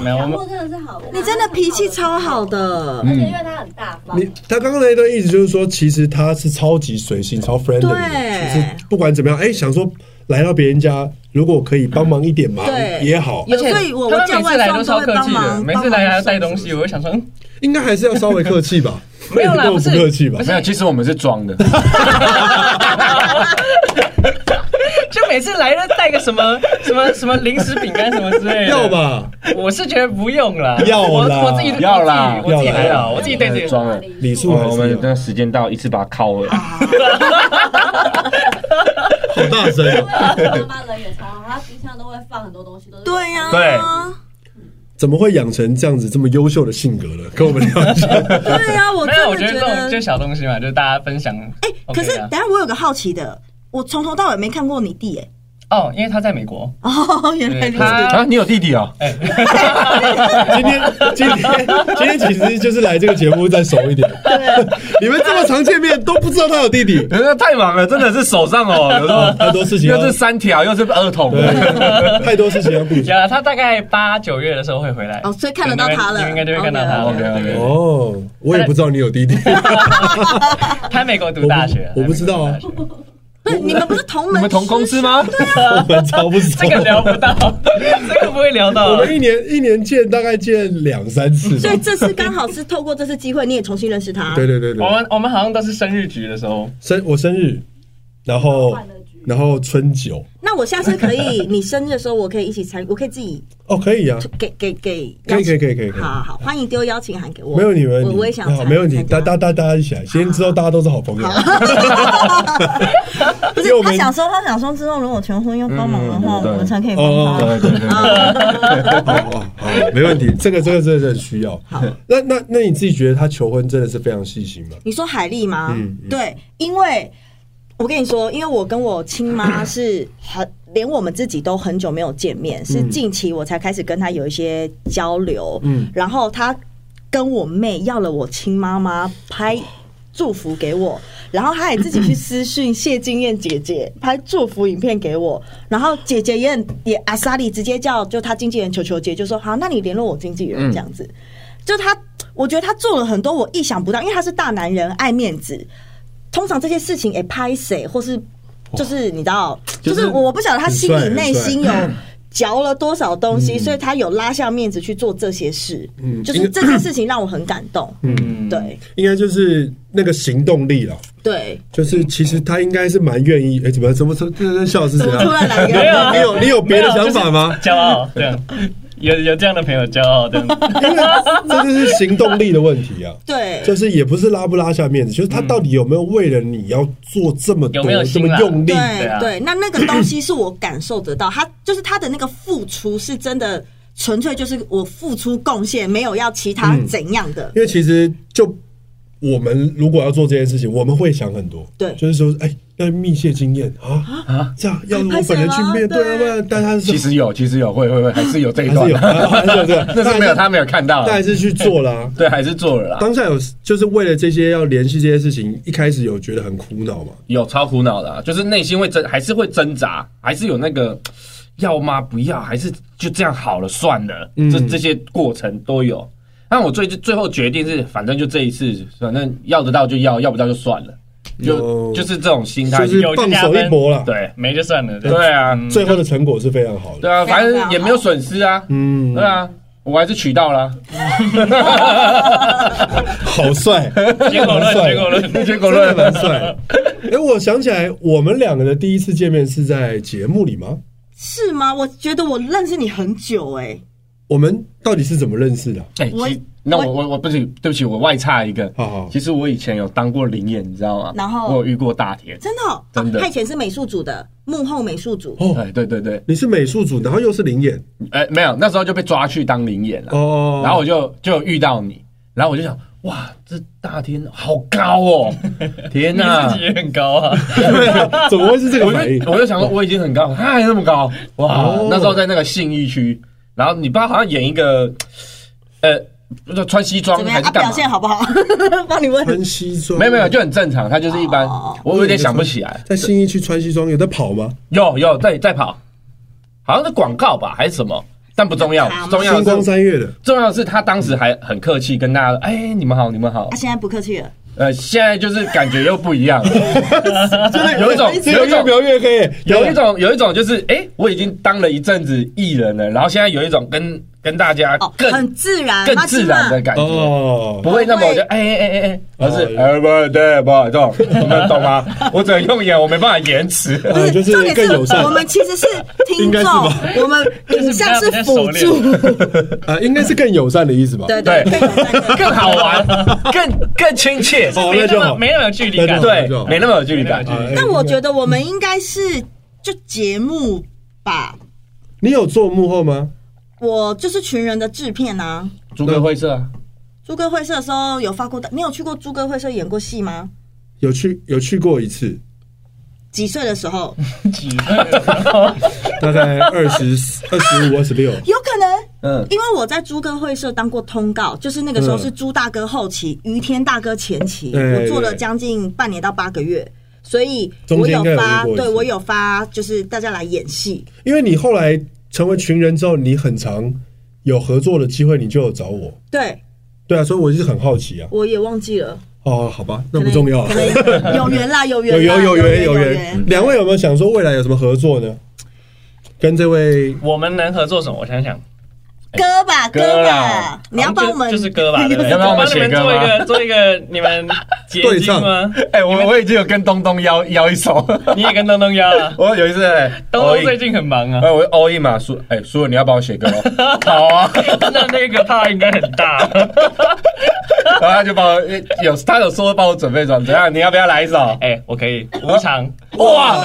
Speaker 1: 没有我
Speaker 6: 杨
Speaker 1: 们
Speaker 6: 过真的是好，
Speaker 5: 你真的脾气超好，的，
Speaker 6: 而且
Speaker 7: 嗯
Speaker 6: 因为他很大方，
Speaker 4: 你他刚刚那一段意思就是说，其实他是超级随性、超 friendly，的
Speaker 5: 对
Speaker 4: 就是不管怎么样，哎、想说来到别人家，如果可以帮忙一点忙
Speaker 5: 对
Speaker 4: 也好，
Speaker 5: 有所以我
Speaker 1: 他
Speaker 5: 我
Speaker 1: 们
Speaker 5: 叫
Speaker 1: 每次
Speaker 5: 外
Speaker 1: 来
Speaker 5: 送
Speaker 1: 都
Speaker 5: 都
Speaker 1: 超
Speaker 5: 会
Speaker 1: 客
Speaker 5: 帮
Speaker 1: 气的，
Speaker 5: 忙，
Speaker 1: 每次来还要带东西，我就想说， 嗯
Speaker 4: 应该还是要稍微客气吧，
Speaker 1: 没 有啦
Speaker 4: 不能
Speaker 1: 不是
Speaker 4: 客气吧
Speaker 1: 不？是
Speaker 7: 没有，其实我们是 装的，
Speaker 1: 就每次来都带个什么什么什么零食饼干什么之类的。
Speaker 4: 要？吧，
Speaker 1: 我是觉得不用啦，
Speaker 4: 要
Speaker 1: 我
Speaker 4: 啦
Speaker 1: 我自己
Speaker 7: 要啦
Speaker 1: 我自己我自己
Speaker 4: 要啦
Speaker 1: 还
Speaker 4: 要
Speaker 1: 好，我自己对自己
Speaker 7: 装了。
Speaker 4: 礼数还
Speaker 7: 哦我
Speaker 4: 啊是
Speaker 7: 们
Speaker 4: 有
Speaker 7: 那时间到，一次把它敲了。
Speaker 5: 啊
Speaker 4: 好大声哦、
Speaker 6: 妈妈人也超好，他冰箱都会放很多东西，都是
Speaker 5: 对呀、
Speaker 7: 对
Speaker 4: 怎么会养成这样子这么优秀的性格呢？跟我们聊一下，
Speaker 5: 对呀、我
Speaker 1: 没
Speaker 5: 真
Speaker 1: 有，我
Speaker 5: 的
Speaker 1: 觉得这种就是小东西嘛，就是大家分享。
Speaker 5: 哎、可是
Speaker 1: OK 啊
Speaker 5: 等一下我有个好奇的，我从头到尾没看过你弟哎、
Speaker 1: 哦，因为他在美国， 哎
Speaker 5: 哦，原来
Speaker 1: 对
Speaker 5: 如此。
Speaker 1: 他
Speaker 7: 啊，你有弟弟啊？
Speaker 4: 今天今天今天其实就是来这个节目再熟一点， 你们这么常见面都不知道他有弟 弟，
Speaker 7: 人家太忙了，真的是手上哦，有时
Speaker 4: 太多事情
Speaker 7: 候
Speaker 4: 要
Speaker 7: 又是三条，又是儿童。
Speaker 4: 对，太多事情要顾及
Speaker 1: 有。了，啊他大概八九月的时候会回来。
Speaker 5: 哦所以看得到他了
Speaker 1: 你们应该就会看到他了。
Speaker 7: OK，OK，OK
Speaker 1: 对
Speaker 4: 哦，我也不知道你有 弟弟，
Speaker 1: 他在美国读大学，
Speaker 4: 我不我不知道啊
Speaker 1: 他在美国读大学
Speaker 5: 不是你们不是同门
Speaker 7: 你们同公司吗？
Speaker 4: 我们超不熟。
Speaker 1: 这个聊不到，这个不会聊
Speaker 4: 我
Speaker 1: 到。
Speaker 4: 们一年一年见大概见两三次
Speaker 5: 师？
Speaker 4: 吧
Speaker 5: 所以。这次刚好是透过这次机会，你也重新认识他。
Speaker 4: 对对对
Speaker 1: 我
Speaker 5: 哦
Speaker 4: 对，
Speaker 1: 们我们好像都是生日局的时候，
Speaker 4: 生我生日，然后
Speaker 6: 换了局
Speaker 4: 然后春酒，
Speaker 5: 那我下次可以，你生日的时候我可以一起参， 我可以自己
Speaker 4: 哦，可以啊，
Speaker 5: 给给给
Speaker 4: 可
Speaker 5: 邀
Speaker 4: 以可以
Speaker 5: 请。
Speaker 4: 可以可以可以
Speaker 5: 好。好好，欢迎丢邀请函给我。
Speaker 4: 没有你们，
Speaker 5: 我我也想
Speaker 4: 你好
Speaker 5: 参
Speaker 4: 没有你，
Speaker 5: 参加
Speaker 4: 大大大大家一起来，先知道大家都是好朋友。
Speaker 5: 不
Speaker 4: 因为
Speaker 5: 是
Speaker 4: 我
Speaker 5: 他
Speaker 4: 们
Speaker 5: 想说，他想说之后如果全婚要帮忙的话，
Speaker 7: 嗯嗯对
Speaker 5: 我们才可以帮
Speaker 4: 哦
Speaker 5: 他。
Speaker 4: 哦
Speaker 7: 对对，
Speaker 4: 哦哦，没问题，这个这个这个很需要。那那那你自己觉得他求婚真的是非常细心吗？
Speaker 5: 你说海丽吗？
Speaker 4: 嗯嗯
Speaker 5: 对，因为我跟你说，因为我跟我亲 妈是很，连我们自己都很久没有见面，是近期我才开始跟她有一些交流。
Speaker 4: 嗯
Speaker 5: 然后她跟我妹要了我亲妈妈拍。祝福给我，然后她也自己去私讯谢金燕姐姐拍祝福影片给我，然后姐姐也很也阿莎莉直接叫就她经纪人球球姐就说好，那你联络我经纪
Speaker 4: 嗯
Speaker 5: 人这样子，就他，我觉得他做了很多我意想不到，因为他是大男人，爱面子。通常这些事情，诶，拍谁或是就是你知道，就是我不晓得他心
Speaker 4: 很
Speaker 5: 里
Speaker 4: 帅
Speaker 5: 内心 有嚼了多少东
Speaker 7: 嗯
Speaker 5: 西，所以他有拉下面子去做这些事。
Speaker 4: 嗯
Speaker 5: 就是这件事情让我很感动。
Speaker 1: 嗯，
Speaker 5: 对
Speaker 4: 应该就是那个行动力了，
Speaker 5: 对，
Speaker 4: 就是其实他应该是蛮愿意。哎，怎么怎么怎么笑是谁
Speaker 5: 怎么突
Speaker 4: 啊？
Speaker 5: 然来 一
Speaker 1: 没有
Speaker 5: 个？
Speaker 1: 啊
Speaker 4: 你有你有别的想法吗？
Speaker 1: 骄傲这样，有有这样的朋友骄傲这样。
Speaker 4: 这就是行动力的问题啊。
Speaker 5: 对，
Speaker 4: 就是也不是拉不拉下面子，就是他到底有没有为了你要做这么多、
Speaker 1: 有没有
Speaker 4: 这
Speaker 1: 心
Speaker 4: 么
Speaker 1: 啦
Speaker 4: 用力？
Speaker 1: 对啊
Speaker 5: 对对，那那个东西是我感受得到，他就是他的那个付出是真的，纯粹就是我付出贡献，没有要其他
Speaker 7: 嗯
Speaker 5: 怎样的。
Speaker 4: 因为其实就我们如果要做这件事情，我们会想很多，
Speaker 5: 对
Speaker 4: 就是说，哎、要密切经验啊啊，这样要是我本人去面对，要不然但他是
Speaker 7: 其实有，其实有，会会会，还是有这一
Speaker 4: 还是
Speaker 7: 段
Speaker 4: 有，，啊还是有这
Speaker 7: 那是没有，他没有看到
Speaker 4: 但，还是去做啦。
Speaker 7: 对，还是做了啦。
Speaker 4: 当下有就是为了这些要联系这些事情，一开始有觉得很苦恼嘛？
Speaker 7: 有超苦恼的啊、就是内心会挣，还是会挣扎，还是有那个要吗？不要，还是就这样好了，算了。
Speaker 4: 嗯
Speaker 7: 这这些过程都有。但我最最后决定是，反正就这一次，反正要得到就要，要不到就算了，就、
Speaker 4: 哦
Speaker 7: 就是这种心态。
Speaker 4: 就是
Speaker 1: 有
Speaker 4: 放手一搏啦。
Speaker 7: 对
Speaker 1: 没就算了，
Speaker 7: 对啊，
Speaker 1: 嗯
Speaker 4: 最后的成果是非常好的。
Speaker 7: 对啊，
Speaker 5: 非常
Speaker 7: 反正也没有损失啊。
Speaker 4: 嗯
Speaker 7: 对，啊，我还是娶到了，
Speaker 4: 好帅，
Speaker 1: 结果论，结果论，
Speaker 7: 结果
Speaker 4: 真的
Speaker 7: 论
Speaker 4: 蛮帅的。哎、我想起来，我们两个的第一次见面是在节目里吗？
Speaker 5: 是吗？我觉得我认识你很久哎、
Speaker 4: 我们到底是怎么认识的？
Speaker 7: 哎、
Speaker 5: 我
Speaker 7: 其那我我我不行，对不起，我外差一个。
Speaker 4: 好好
Speaker 7: 其实我以前有当过灵演，你知道吗？
Speaker 5: 然后
Speaker 7: 我有遇过大田。
Speaker 5: 真的哦，
Speaker 7: 真的
Speaker 5: 啊他以前是美术组的幕后美术组，
Speaker 4: 哦，
Speaker 7: 哎，对对对，
Speaker 4: 你是美术组，然后又是灵眼
Speaker 7: 哎、没有，那时候就被抓去当灵演了。
Speaker 4: 哦，
Speaker 7: 然后我就就遇到你，然后我就想，哇，这大天好高哦，天哪、
Speaker 1: 你自己也很高 啊，
Speaker 4: 对啊，怎么会是这个
Speaker 7: 我
Speaker 4: 反应
Speaker 7: 就？我就想说我已经很高，他还那么高，哇！
Speaker 4: 哦
Speaker 7: 那时候在那个信义区，然后你爸好像演一个，呃，不知道穿西装
Speaker 5: 怎么样？
Speaker 7: 还
Speaker 5: 啊，
Speaker 7: 是干
Speaker 5: 表
Speaker 7: 嘛？
Speaker 5: 现好不 好？帮你问。
Speaker 4: 穿西装？
Speaker 7: 没有没有，就很正常，他就是一般
Speaker 5: 哦，
Speaker 7: 我有点想不起来。
Speaker 4: 在新一区穿西装，有在跑吗？
Speaker 7: 有有在在跑，好像是广告吧还是什么，但不重要
Speaker 5: 在跑，吗
Speaker 7: 重要
Speaker 4: 星
Speaker 7: 的
Speaker 4: 光
Speaker 7: 是
Speaker 4: 三月的，
Speaker 7: 重要的是他当时还很客气，跟大家哎你们好你 们好
Speaker 5: 啊他，现在不客气了，
Speaker 7: 呃现在就是感觉又不一 样了，有一种
Speaker 4: 哎这
Speaker 7: 有
Speaker 4: 个越
Speaker 7: 一种
Speaker 4: 描越黑，
Speaker 7: 有一种有一种就是，哎、我已经当了一阵子艺人了，然后现在有一种跟跟大家
Speaker 5: 哦，
Speaker 7: 更、
Speaker 5: 很自然，
Speaker 7: 更自然的感觉。
Speaker 4: 哦，
Speaker 7: 不会那么就哎哎哎哎，而是
Speaker 4: 哦
Speaker 7: every day 吧，这种你们懂吗？我只能用眼，我没办法延迟。
Speaker 5: 不
Speaker 4: 呃就是
Speaker 5: 重点
Speaker 4: 更友善
Speaker 5: 我们其实是听
Speaker 4: 应该
Speaker 5: 众
Speaker 4: 是吧，
Speaker 5: 我们影像是辅
Speaker 1: 就是比较
Speaker 5: 助，
Speaker 4: 呃，应该是更友善的意思吧？
Speaker 5: 对对，
Speaker 7: 对
Speaker 5: 更友善 的
Speaker 7: 更好玩， 更更亲切，
Speaker 4: 哦，
Speaker 1: 没那
Speaker 4: 那就
Speaker 1: 么
Speaker 4: 好。
Speaker 1: 没那么有距离
Speaker 4: 那
Speaker 1: 感
Speaker 4: 就。好
Speaker 7: 对，没那么有距离感
Speaker 1: 没那么有距。离
Speaker 4: 哎
Speaker 5: 但我觉得我们应该是就节目吧，
Speaker 4: 你有做幕后吗？
Speaker 5: 我就是群人的制片啊。
Speaker 7: 逐个会社啊，
Speaker 5: 猪哥会社的时候有发过大，你有去过猪哥会社演过戏吗？
Speaker 4: 有去有去过一次，
Speaker 5: 几岁的时候？
Speaker 4: 大概二十 二十五、二十六。
Speaker 5: 有可能，
Speaker 7: 嗯，
Speaker 5: 因为我在猪哥会社当过通告，就是那个时候
Speaker 4: 嗯哎
Speaker 5: 是猪大哥后期，于天大哥前期，
Speaker 4: 对对
Speaker 5: 我做了将近半年到八个月，所以
Speaker 4: 中
Speaker 5: 我
Speaker 4: 间应
Speaker 5: 有
Speaker 4: 该有
Speaker 5: 发，
Speaker 4: 遇过一次
Speaker 5: 对我有发，就是大家来演戏，
Speaker 4: 因为你后来成为群人之后，你很常有合作的机会，你就有找我。
Speaker 5: 对
Speaker 4: 对啊，所以我一直很好奇啊。
Speaker 5: 我也忘记了，
Speaker 4: 哦，好吧，那
Speaker 5: 可
Speaker 4: 不
Speaker 5: 能
Speaker 4: 重要啊
Speaker 5: 可。能有 缘啦，有
Speaker 4: 有
Speaker 5: 缘啦，
Speaker 4: 缘有缘有
Speaker 5: 缘
Speaker 4: 缘，。两位有没有想说未来有什么合作呢？跟这位
Speaker 1: 我们能合作什么？我想想，
Speaker 5: 歌
Speaker 1: 哎
Speaker 5: 吧，
Speaker 7: 歌
Speaker 5: 歌
Speaker 7: 啦
Speaker 5: 吧，你要帮我们，
Speaker 1: 就就是歌吧，对不对？
Speaker 7: 要帮我们
Speaker 1: 帮你
Speaker 7: 写
Speaker 1: 们
Speaker 7: 歌
Speaker 1: 做一
Speaker 7: 吗
Speaker 1: 个做一个你们结
Speaker 4: 对
Speaker 1: 晶
Speaker 4: 唱
Speaker 1: 吗？
Speaker 7: 哎，我我已经有跟东东邀邀一 首，
Speaker 1: 你也跟东东邀 啊？
Speaker 7: 我哦有一次
Speaker 1: 东东最近很忙啊，
Speaker 7: 哎，我 all in 嘛，苏哎苏文，你要帮我写歌 哦， 好啊。
Speaker 1: 那那个怕应该很 大。
Speaker 7: 然后他就帮我有他有说帮我准备什么，怎样？你要不要来一首？
Speaker 1: 哎，我可以无偿，
Speaker 7: 哇，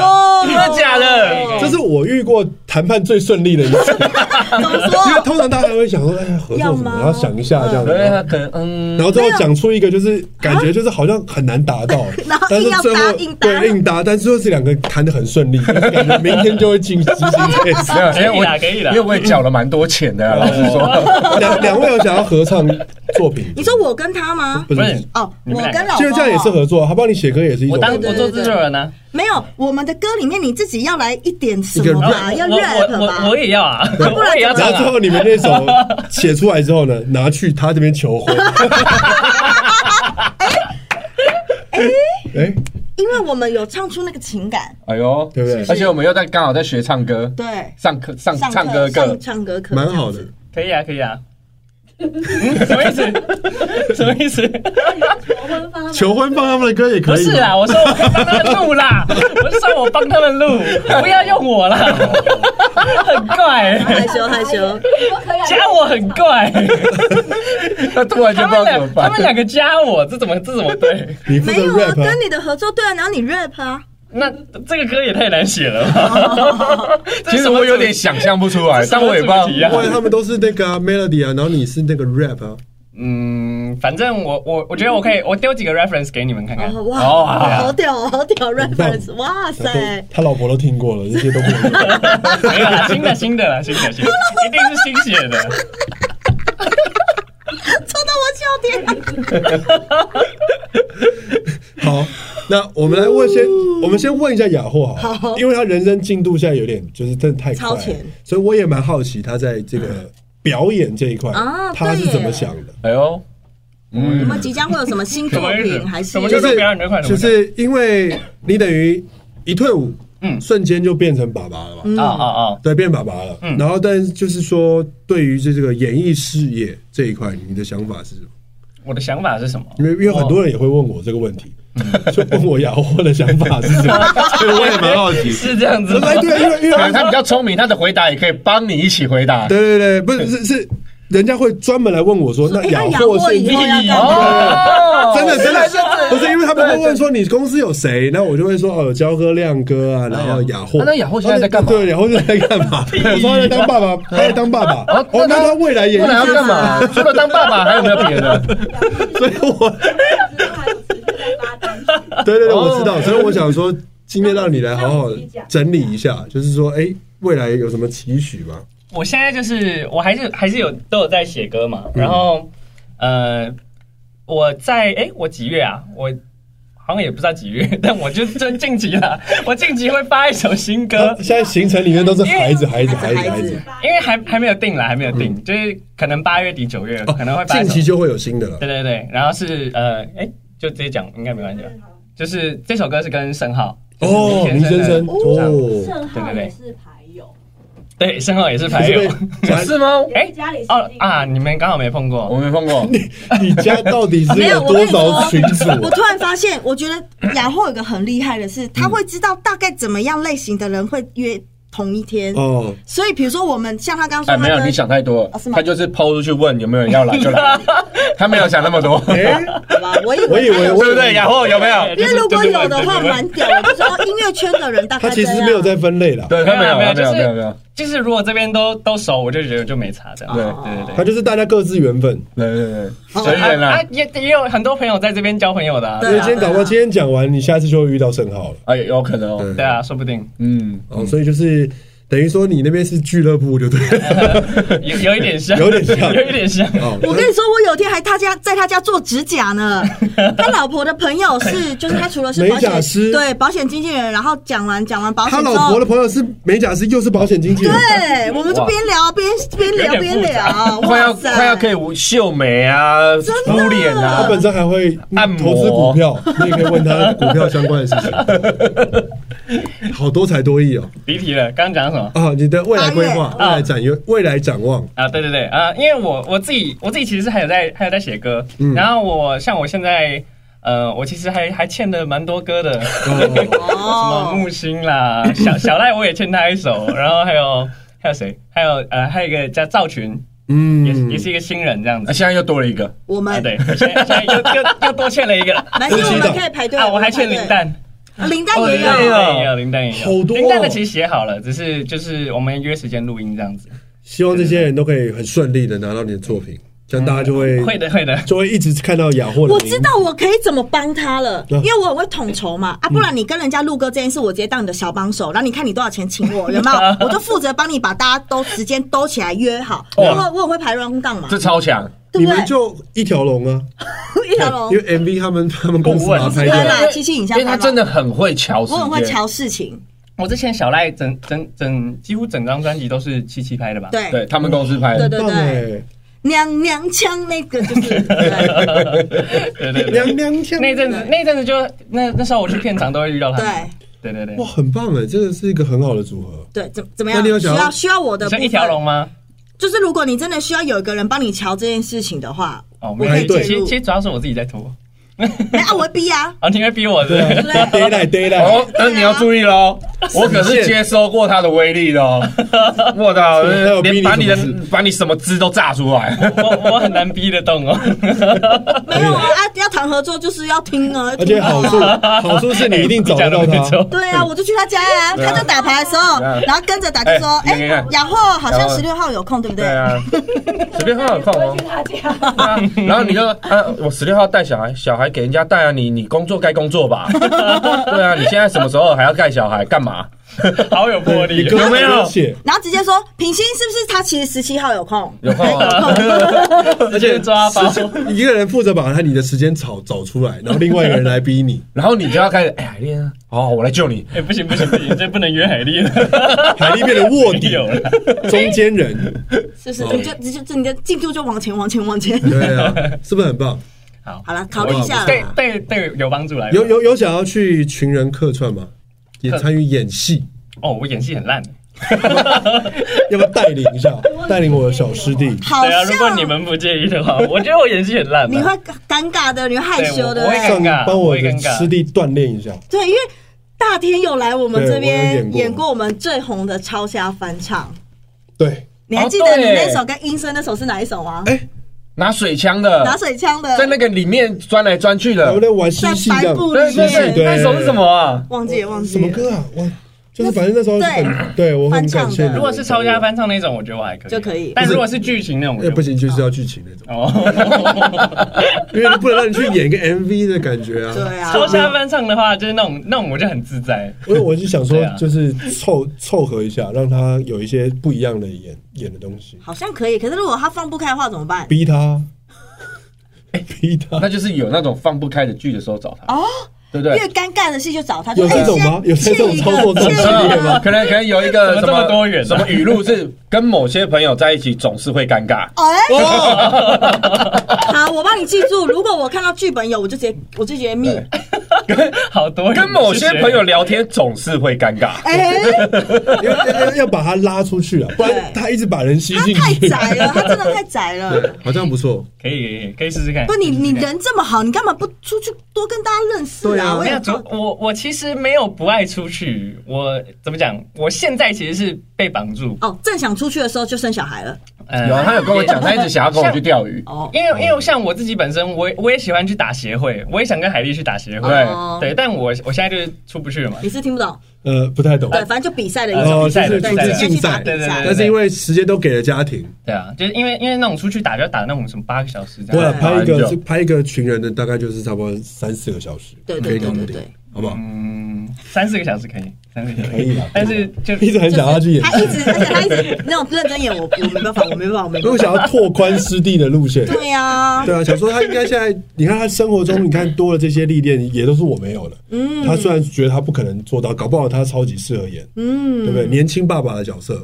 Speaker 7: 真的假
Speaker 1: 哦
Speaker 7: 的？
Speaker 4: 这是我遇过谈判最顺利的一次，
Speaker 5: 怎么
Speaker 4: 因为
Speaker 5: 说？
Speaker 4: 通常大家还会想说，哎呀，合作
Speaker 5: 要
Speaker 4: 什么
Speaker 5: 吗，
Speaker 4: 然后想一下这样子，
Speaker 7: 对，他
Speaker 4: 然后
Speaker 7: 可能嗯
Speaker 4: 然，后最后讲出一个就是感觉就是好像很难达到
Speaker 5: 然，后
Speaker 4: 但
Speaker 5: 硬
Speaker 4: 是
Speaker 5: 要
Speaker 4: 最
Speaker 5: 搭
Speaker 4: 后
Speaker 5: 硬搭
Speaker 4: 对硬搭，但是最后这两个谈的很顺利，就是感觉明天就会进执行 这件事。
Speaker 7: 没有，
Speaker 1: 可以啦可以啦
Speaker 7: 因为我因为我也缴了蛮多钱的啊，老实 说，
Speaker 4: 两两位有想要合唱作品？
Speaker 5: 你说我跟他吗？
Speaker 4: 不
Speaker 1: 不
Speaker 4: 是
Speaker 1: 是？
Speaker 5: 哦，
Speaker 1: 你
Speaker 5: 我
Speaker 1: 们俩
Speaker 5: 跟老
Speaker 4: 其实
Speaker 5: 公
Speaker 4: 这样也是合作啊，他帮你写歌也是一
Speaker 1: 我
Speaker 4: 种
Speaker 1: 当
Speaker 4: 合作。
Speaker 1: 我做制作人啊呢，
Speaker 5: 没有，我们的歌里面你自己要来一点什
Speaker 4: 一个
Speaker 5: 么吧，
Speaker 4: rap
Speaker 5: 啊要
Speaker 1: 我
Speaker 5: rap
Speaker 1: 我
Speaker 5: 吧
Speaker 1: 我我。也要啊，
Speaker 5: 不然
Speaker 1: 我也要
Speaker 5: 怎
Speaker 1: 唱
Speaker 4: 然后最
Speaker 1: 啊。
Speaker 4: 后你们那首写出来之后呢，拿去他这边求婚。哎，
Speaker 5: 因为我们有唱出那个情感，
Speaker 7: 哎呦，
Speaker 4: 对不对
Speaker 7: 而且我们又在刚好在学唱歌，
Speaker 5: 对，
Speaker 7: 上课上
Speaker 5: 上
Speaker 7: 唱歌
Speaker 5: 课
Speaker 7: 课
Speaker 5: 上，唱歌课
Speaker 4: 蛮好的
Speaker 5: 这样子。
Speaker 1: 可以啊，可以啊。嗯什么意思？ 什么意思？
Speaker 6: 求婚方
Speaker 4: 求婚放他们的歌也
Speaker 1: 不
Speaker 4: 可以。
Speaker 1: 是啊，，我说我帮他们录 啦，我是说我帮他们录，不要用我 啦，很怪、
Speaker 5: 害 羞害羞，
Speaker 6: 啊
Speaker 1: 加我很怪，
Speaker 7: 他 突然就
Speaker 1: 他
Speaker 7: 不
Speaker 1: 们
Speaker 7: 知道怎么
Speaker 1: 两他
Speaker 7: 办
Speaker 1: 们。两个加我，这怎么这怎么对？
Speaker 4: 你负
Speaker 5: 没
Speaker 4: 责
Speaker 5: 有啊，
Speaker 4: rap 啊
Speaker 5: 跟。你的合作对啊，然后你 rap 啊，
Speaker 1: 那这个歌也太难写了 吧？
Speaker 7: 其实我有点想象不出来
Speaker 1: 这，是
Speaker 7: 但我也不知
Speaker 1: 什
Speaker 7: 道
Speaker 1: 么主题啊
Speaker 4: 不然他们都是那个啊 melody 啊，然后你是那个 rap 啊，
Speaker 1: 嗯，反正我我我觉得我可以，我丢几个 reference 给你们看看。
Speaker 5: 哦
Speaker 7: 哦
Speaker 5: 哇，
Speaker 7: 啊
Speaker 5: 好屌哦好屌 reference，哇
Speaker 4: 他都
Speaker 5: 塞，
Speaker 4: 他老婆都听过了，这些都不能用。
Speaker 1: 没有啦，新的新的啦，新的新 的，一定是新写的。
Speaker 5: 戳到我笑点了。
Speaker 4: 好，那我们来问先，我们先问一下雅霍好了，
Speaker 5: 好
Speaker 4: 因为他人生进度现在有点就是真的太快
Speaker 5: 超
Speaker 4: 了
Speaker 5: 前，
Speaker 4: 所以我也蛮好奇他在这个表演这一块
Speaker 5: 啊
Speaker 4: 他是
Speaker 5: 对耶
Speaker 4: 怎么想的。
Speaker 7: 哎呦，
Speaker 5: 我
Speaker 7: 嗯，
Speaker 5: 们即将会有什么新作
Speaker 1: 什么意思
Speaker 5: 品？还是
Speaker 1: 什么
Speaker 4: 就
Speaker 1: 叫
Speaker 4: 是
Speaker 1: 做表演这块的
Speaker 4: 就
Speaker 1: 问题
Speaker 4: 是因为你等于一退伍，
Speaker 1: 嗯
Speaker 4: 瞬间就变成爸爸了嘛，
Speaker 5: 嗯
Speaker 1: 哦哦
Speaker 4: 对，变爸爸了。
Speaker 1: 嗯
Speaker 4: 然后，但是就是说，对于这这个演艺事业这一块，你的想法是什么？
Speaker 1: 哦，我的想法是什么？
Speaker 4: 因为因为很多人也会问我这个问题， 就问我雅货的想法是什么。
Speaker 7: 所以我也蛮好奇。
Speaker 1: 是这样子吗
Speaker 4: 哎，？对，因为因
Speaker 7: 可能
Speaker 4: 为
Speaker 7: 他比较聪明，他的回答也可以帮你一起回答。
Speaker 4: 对对对，不是是是人家会专门来问我说，那
Speaker 5: 哎
Speaker 4: 雅
Speaker 5: 那雅
Speaker 4: 货
Speaker 5: 货
Speaker 4: 是
Speaker 5: 以后要干嘛？
Speaker 1: 哦，
Speaker 4: 真的真的
Speaker 7: 的
Speaker 4: 不是因为他们会问说你公司有谁，那我就会说哦有焦哥、亮哥啊，然后雅货。
Speaker 7: 那雅货现在在干嘛
Speaker 4: 对，雅货现在在干嘛？我说他在当爸爸，他在当爸爸。哦，那他未来也
Speaker 7: 不然要干嘛？除了当爸爸，还有没有别的？
Speaker 4: 所以我
Speaker 6: 之后还有持续在发单曲，
Speaker 4: 对对对，我知道。所以我想说，今天让你来好好整理一下，就是说，哎，未来有什么期许吗？
Speaker 1: 我现在就是我还是还是有都有在写歌嘛，
Speaker 4: 嗯
Speaker 1: 然后、呃，我在哎我几月啊？我好像也不知道几月，但我就真近期啦， 我近期会发一首新歌
Speaker 4: 他，现在行程里面都是孩子，孩子，孩子，孩子。
Speaker 1: 因为还还没有定啦，还没有定，就是可能八月底九月可能会发一
Speaker 4: 嗯哦近
Speaker 1: 首
Speaker 4: 期就会有新的了
Speaker 1: 对。对对，然后是呃，哎，就直接讲应该没关系吧？啊就是这首歌是跟申浩就是
Speaker 4: 哦，
Speaker 1: 倪
Speaker 4: 倪先
Speaker 1: 的
Speaker 4: 生，哦，
Speaker 6: 盛
Speaker 1: 对对
Speaker 6: 浩
Speaker 1: 对
Speaker 6: 也是牌友，
Speaker 1: 对，申浩也是牌友
Speaker 4: 你是被
Speaker 7: 是吗？
Speaker 6: 也是家里
Speaker 1: 哦
Speaker 6: 亲近
Speaker 1: 啊，你们刚好没碰
Speaker 7: 我
Speaker 1: 过，
Speaker 7: 没碰过，
Speaker 4: 你家到底是
Speaker 5: 没有
Speaker 4: 有
Speaker 5: 我
Speaker 4: 多
Speaker 5: 跟你说
Speaker 4: 少群啊主？
Speaker 5: 我突然发现，我觉得雅慧有个很厉害的是，他会知道大概怎么样类型的人会约同一天。
Speaker 4: 哦，
Speaker 5: 所以，比如说我们像他刚说，
Speaker 7: 哎，
Speaker 5: 他
Speaker 7: 没有，
Speaker 5: 跟
Speaker 7: 你想太多了
Speaker 5: 哦是。吗
Speaker 7: 他就是抛出去问有没有人要来就来， 他没有想那么多，对
Speaker 4: 哎，
Speaker 5: 好吧，啊我以
Speaker 4: 我以
Speaker 5: 他
Speaker 4: 为
Speaker 5: 有
Speaker 4: 我
Speaker 7: 不 对？雅货有没有？
Speaker 5: 因为如果有的话，
Speaker 1: 蛮
Speaker 5: 蛮屌的，就是说音乐圈的人大概
Speaker 4: 他
Speaker 5: 这
Speaker 4: 其
Speaker 5: 样
Speaker 4: 实没有在分类啦，
Speaker 7: 对他没有，
Speaker 1: 没有
Speaker 7: 他没
Speaker 1: 就是
Speaker 7: 有，没有，没有，
Speaker 1: 就是如果这边都都熟，我就觉得就没差这样。
Speaker 7: 对
Speaker 1: 对对
Speaker 4: 他
Speaker 1: 对。
Speaker 4: 就是大家各自缘分。
Speaker 7: 对对对，随缘啦
Speaker 1: 啊，。也也有很多朋友在这边交朋友的啊，
Speaker 5: 对
Speaker 4: 因为今天搞不好今天讲完，你下次就会遇到盛浩了。
Speaker 7: 哎，有可能哦。
Speaker 1: 对啊，说不定
Speaker 7: 嗯，
Speaker 4: 哦，所以就是等于说你那边是俱乐部，就对了。
Speaker 1: 有有一点像，
Speaker 4: 有点像
Speaker 1: 有一点像。
Speaker 4: 哦，
Speaker 5: 我跟你说，我有一天还他家在他家做指甲 呢。他老婆的朋友是，就是他除了是保
Speaker 4: 美甲
Speaker 5: 险
Speaker 4: 师
Speaker 5: 对保险经纪人，然后讲完讲完保
Speaker 4: 他
Speaker 5: 险之
Speaker 4: 老婆
Speaker 5: 后
Speaker 4: 的，朋友是美甲师，又是保险经纪人。
Speaker 5: 对，啊我们就边聊边边聊
Speaker 1: 有点
Speaker 5: 边
Speaker 1: 复杂
Speaker 5: 聊，
Speaker 7: 快要
Speaker 5: 哇塞哦
Speaker 7: 快要可以无秀眉啊，敷脸啊
Speaker 4: 他，本身还会
Speaker 7: 按摩
Speaker 4: 投资股票，你也可以问他股票相关的事情。好多才多艺哦！
Speaker 1: 离题了，刚刚讲什么？
Speaker 4: 啊，你的未来规划、未
Speaker 1: 八月
Speaker 4: 来展约、未来展望，
Speaker 1: 啊，对对对啊、因为我我自己我自己其实是还有在还有在写歌，
Speaker 4: 嗯
Speaker 1: 然后我像我现在呃，我其实还还欠了蛮多歌的，什
Speaker 4: 哦，
Speaker 1: 么
Speaker 5: 哦，
Speaker 1: 木星啦，小小赖我也欠他一首，然后还有还有谁，还有呃还有一个叫赵群，也是
Speaker 4: 嗯
Speaker 1: 也是一个新人这样
Speaker 7: 啊，
Speaker 1: 子。
Speaker 7: 现在又多了一个，
Speaker 5: 我
Speaker 1: 啊，
Speaker 5: 们
Speaker 1: 对，现在现在又又又多欠了一个啊！
Speaker 5: 蛮希望我们可以排队
Speaker 1: 我还欠林，蛋，
Speaker 5: 排队林丹
Speaker 1: 林
Speaker 5: 啊也
Speaker 1: 蛋也
Speaker 5: 有，
Speaker 1: 有，林蛋也有，
Speaker 4: 哦好多哦
Speaker 1: 林蛋的其实写好了，只是就是我们约时间录音这样子。
Speaker 4: 希望这些人都可以很顺利的拿到你的作品，这样大家就会
Speaker 1: 会的，会的。
Speaker 4: 就会一直看到雅货的名
Speaker 5: 我
Speaker 4: 字。
Speaker 5: 知道我可以怎么帮他了，
Speaker 4: 嗯
Speaker 5: 因为我很会统筹嘛啊，不然你跟人家录歌这件事，我直接当你的小帮手，然后你看你多少钱请 我，有没有？我就负责帮你把大家都时间都起来约好，因
Speaker 4: 哦
Speaker 7: 哇
Speaker 5: 为我很会排乱 杠嘛
Speaker 7: 这，超强。
Speaker 5: 对
Speaker 4: 你
Speaker 5: 不
Speaker 4: 们
Speaker 5: 对？
Speaker 4: 就一条龙啊，
Speaker 5: 一条龙
Speaker 4: 因，为 MV 他们他们公司把它拍
Speaker 5: 对
Speaker 4: 掉，
Speaker 5: 啦，七七影
Speaker 7: 啊因
Speaker 5: 像
Speaker 7: 为
Speaker 5: 拍
Speaker 7: 他
Speaker 5: 嘛
Speaker 7: 真，的很会瞧时
Speaker 5: 我很会
Speaker 7: 间，
Speaker 5: 瞧事情，
Speaker 1: 我之前小赖整整整几乎整张专辑都是七七拍的吧？，
Speaker 5: 对
Speaker 7: 对他们公司拍
Speaker 5: 对
Speaker 7: 的，
Speaker 5: 对
Speaker 4: 棒
Speaker 5: 对，
Speaker 4: 哎，
Speaker 5: 娘娘腔那 个就是，对
Speaker 1: 对对对。
Speaker 4: 娘娘腔
Speaker 1: 那阵子，那阵子就那那时候我去片场都会遇到他们
Speaker 5: 对。
Speaker 1: 对对对
Speaker 4: 哇，很棒哎，这个是一个很好的组合。
Speaker 5: 对，怎怎么
Speaker 4: 那你有
Speaker 5: 样？需
Speaker 4: 想要
Speaker 5: 要需要我的
Speaker 1: 你
Speaker 5: 部
Speaker 1: 是
Speaker 5: 分
Speaker 1: 一条龙吗？
Speaker 5: 就是如果你真的需要有一个人帮你瞧这件事情的话，
Speaker 1: 哦，
Speaker 5: 我
Speaker 1: 没
Speaker 5: 可
Speaker 1: 有，
Speaker 5: 以
Speaker 1: 其
Speaker 5: 介
Speaker 1: 实
Speaker 5: 入
Speaker 1: 其。实主要是我自己在拖。
Speaker 5: 没啊，我会逼啊，
Speaker 1: 哦，你会逼我是不
Speaker 4: 对
Speaker 1: 是？
Speaker 4: 啊 d a y l i g h t d a y l i g h
Speaker 7: 哦，那你要注意喽，我可是接收过他的威力 的哦，我的啊连把你的把你什么汁都炸出来，
Speaker 1: 我我很难逼得动哦。
Speaker 5: 没有啊，啊要谈合作就是要听
Speaker 4: t 哎
Speaker 5: 啊，
Speaker 4: 而
Speaker 5: 听
Speaker 4: 且
Speaker 5: 啊
Speaker 4: 好处好 处是你一定找得到
Speaker 1: 你讲得
Speaker 4: 他
Speaker 1: 没。错
Speaker 5: 对啊，我就去他家呀、
Speaker 7: 啊
Speaker 5: 他在打牌的时候，
Speaker 7: 对啊
Speaker 5: 然后跟着打就说，
Speaker 7: 哎
Speaker 5: 哎
Speaker 7: 你看，
Speaker 5: 雅后好像
Speaker 7: 然后
Speaker 5: 十六号有空，对不对
Speaker 7: 对？啊，随 便放有空哦
Speaker 6: 会去。他家，
Speaker 7: 对啊然后你就啊，我十六号带小孩，小孩给人家带啊，你你工作该工作 吧。对啊，你现在什么时候还要带小孩干嘛？
Speaker 1: 好有魄力
Speaker 4: 你，根本
Speaker 7: 有没有
Speaker 4: 写
Speaker 5: 然后直接说，品心是不是他其实十七号有空？
Speaker 7: 有空
Speaker 5: 哎
Speaker 7: 啊，
Speaker 1: 而且抓包。
Speaker 4: 一个人负责把他你的时间找找出来，然后另外一个人来逼你。
Speaker 7: 然后你就要开始哎，海丽啊，哦，我来救你。
Speaker 1: 哎，不行不行不行，这不能约海丽了。
Speaker 4: 海丽变成卧底
Speaker 1: 有了，
Speaker 4: 中间人，
Speaker 5: 是不是？你就你就你的进度就往前往前往前。
Speaker 4: 对啊，是不是很棒？
Speaker 5: 好了，考虑一下
Speaker 1: 对
Speaker 5: 啦。
Speaker 1: 对对，有帮助来。
Speaker 4: 有有有想要去群人客串吗？也参与演戏，
Speaker 1: 哦，我演戏很烂。
Speaker 4: 要不要带领一下？带领我的小师弟。
Speaker 5: 好
Speaker 1: 对啊，如果
Speaker 5: 像
Speaker 1: 你们不介意的 话，我觉得我演戏很烂啊。
Speaker 5: 你会尴尬的，你会害羞
Speaker 1: 对，
Speaker 5: 的
Speaker 1: 我会
Speaker 4: 上
Speaker 1: 尴尬
Speaker 4: 帮我
Speaker 1: 我也
Speaker 4: 的
Speaker 1: 尴尬
Speaker 4: 师弟锻炼一下，
Speaker 5: 对，因为大天有来我们
Speaker 4: 对
Speaker 5: 这
Speaker 4: 我有演
Speaker 5: 边
Speaker 4: 过
Speaker 5: 演过我们最红的超虾翻唱，
Speaker 4: 对，
Speaker 5: 你还记得你
Speaker 7: 对
Speaker 5: 那首跟音声那首是哪一首吗？
Speaker 7: 拿水枪的，
Speaker 5: 打水枪的，
Speaker 7: 在那个里面钻来钻去
Speaker 4: 我
Speaker 7: 的
Speaker 4: 们，在玩嬉
Speaker 5: 在
Speaker 4: 戏这
Speaker 5: 白
Speaker 4: 样。
Speaker 5: 布
Speaker 7: 对
Speaker 5: 里
Speaker 7: 对
Speaker 4: 是
Speaker 5: 面，
Speaker 4: 对
Speaker 7: 对，那首是什么啊？
Speaker 5: 忘记了忘记
Speaker 4: 什么
Speaker 5: 了
Speaker 4: 歌啊？我就是反正那时候很对我很感谢你。
Speaker 1: 如果是抄家翻唱那种，我觉得我还可以，
Speaker 5: 就可以
Speaker 1: 但如果是剧情那种，我
Speaker 4: 哎
Speaker 1: 就
Speaker 4: 不。行，就是要剧情那种，
Speaker 1: 哦，
Speaker 4: 因为你不能让你去演一个 MV 的感觉啊。
Speaker 5: 对啊，
Speaker 1: 抄家翻唱的话，就是那种那种我就很自在。
Speaker 4: 因为我就想说
Speaker 1: 对啊，
Speaker 4: 就是凑凑合一下，让他有一些不一样的演演的东西，
Speaker 5: 好像可以。可是如果他放不开的话怎么办？
Speaker 4: 逼他，
Speaker 1: 哎
Speaker 4: 逼他。
Speaker 7: 那就是有那种放不开的剧的时候找他，
Speaker 5: 哦，
Speaker 7: 对不对
Speaker 5: 越？尴尬的戏就找他，就
Speaker 4: 有这种吗
Speaker 5: 哎先
Speaker 4: 有这种
Speaker 5: 欠一个
Speaker 4: 操作这种
Speaker 5: 欠一
Speaker 4: 系
Speaker 5: 个
Speaker 4: 列吗
Speaker 7: 啊可能可能有一个
Speaker 1: 怎么
Speaker 7: 什
Speaker 1: 这么多元啊
Speaker 7: 什么语录是跟某些朋友在一起总是会尴尬，
Speaker 5: 哎，
Speaker 4: 哦
Speaker 5: 好，我帮你记住。如果我看到剧本有，我就直接我就直接密。
Speaker 1: 好多人
Speaker 7: 跟某些朋友聊天总是会尴尬。
Speaker 5: 哎，
Speaker 4: 因为要要要把他拉出去啊，不然
Speaker 5: 对
Speaker 4: 他一直把人吸
Speaker 5: 他
Speaker 4: 进
Speaker 5: 太
Speaker 4: 去。
Speaker 5: 窄了，他真的太窄了。
Speaker 4: 好像不错，
Speaker 1: 可以可以可以试试看。
Speaker 5: 不，你你人这么好，你干嘛不出去多跟大家认识
Speaker 4: 对啊
Speaker 5: 啊？我
Speaker 1: 没
Speaker 5: 也
Speaker 1: 有，主我我其实没有不爱出去，我怎么讲？我现在其实是被绑住，
Speaker 5: 哦，正想出去的时候就生小孩了。
Speaker 1: 呃
Speaker 7: 有啊，他有跟我 讲，他一直想要跟我去钓鱼。
Speaker 5: 哦，
Speaker 1: 因为因为像我自己本身，我也我也喜欢去打协会，我也想跟海丽去打协会，
Speaker 7: 对
Speaker 5: 哦
Speaker 1: 对，但我我现在就是出不去了嘛。
Speaker 5: 你是听不懂，
Speaker 4: 呃，不太懂。
Speaker 5: 对，反正就比赛的意思。
Speaker 4: 哦，
Speaker 1: 比
Speaker 4: 就
Speaker 1: 赛
Speaker 4: 是
Speaker 1: 的
Speaker 4: 出
Speaker 1: 比赛
Speaker 4: 去
Speaker 1: 的
Speaker 4: 竞赛，
Speaker 1: 对对对
Speaker 4: 但是因为时间都给了家庭，
Speaker 1: 对啊，就是因为因为那种出去打就要打那种什么八个小时这
Speaker 4: 对啊，
Speaker 1: 样。
Speaker 4: 拍一
Speaker 7: 很
Speaker 4: 个
Speaker 7: 久
Speaker 4: 拍一个群人的大概就是差不多三四个小时，
Speaker 5: 对
Speaker 4: 可以
Speaker 5: 对对
Speaker 4: 搞
Speaker 5: 对
Speaker 4: 定
Speaker 5: 对，
Speaker 4: 好不好？
Speaker 1: 嗯，三四个小时可以，三四个小时
Speaker 4: 可以啦啊
Speaker 1: 但是就
Speaker 4: 一直很想要去演，
Speaker 5: 他一直，而且他一直那种认真演，我我没办法，我没办法，我没
Speaker 4: 如
Speaker 5: 办
Speaker 4: 果
Speaker 5: 法。
Speaker 4: 想要拓宽师弟的路线，
Speaker 5: 对呀，
Speaker 4: 对啊，想说他应该现在，你看他生活中，你看多了这些历练，也都是我没有的。嗯，他虽然觉得他不可能做到，搞不好他超级适合演，
Speaker 5: 嗯，
Speaker 4: 对不对？年轻爸爸的角色，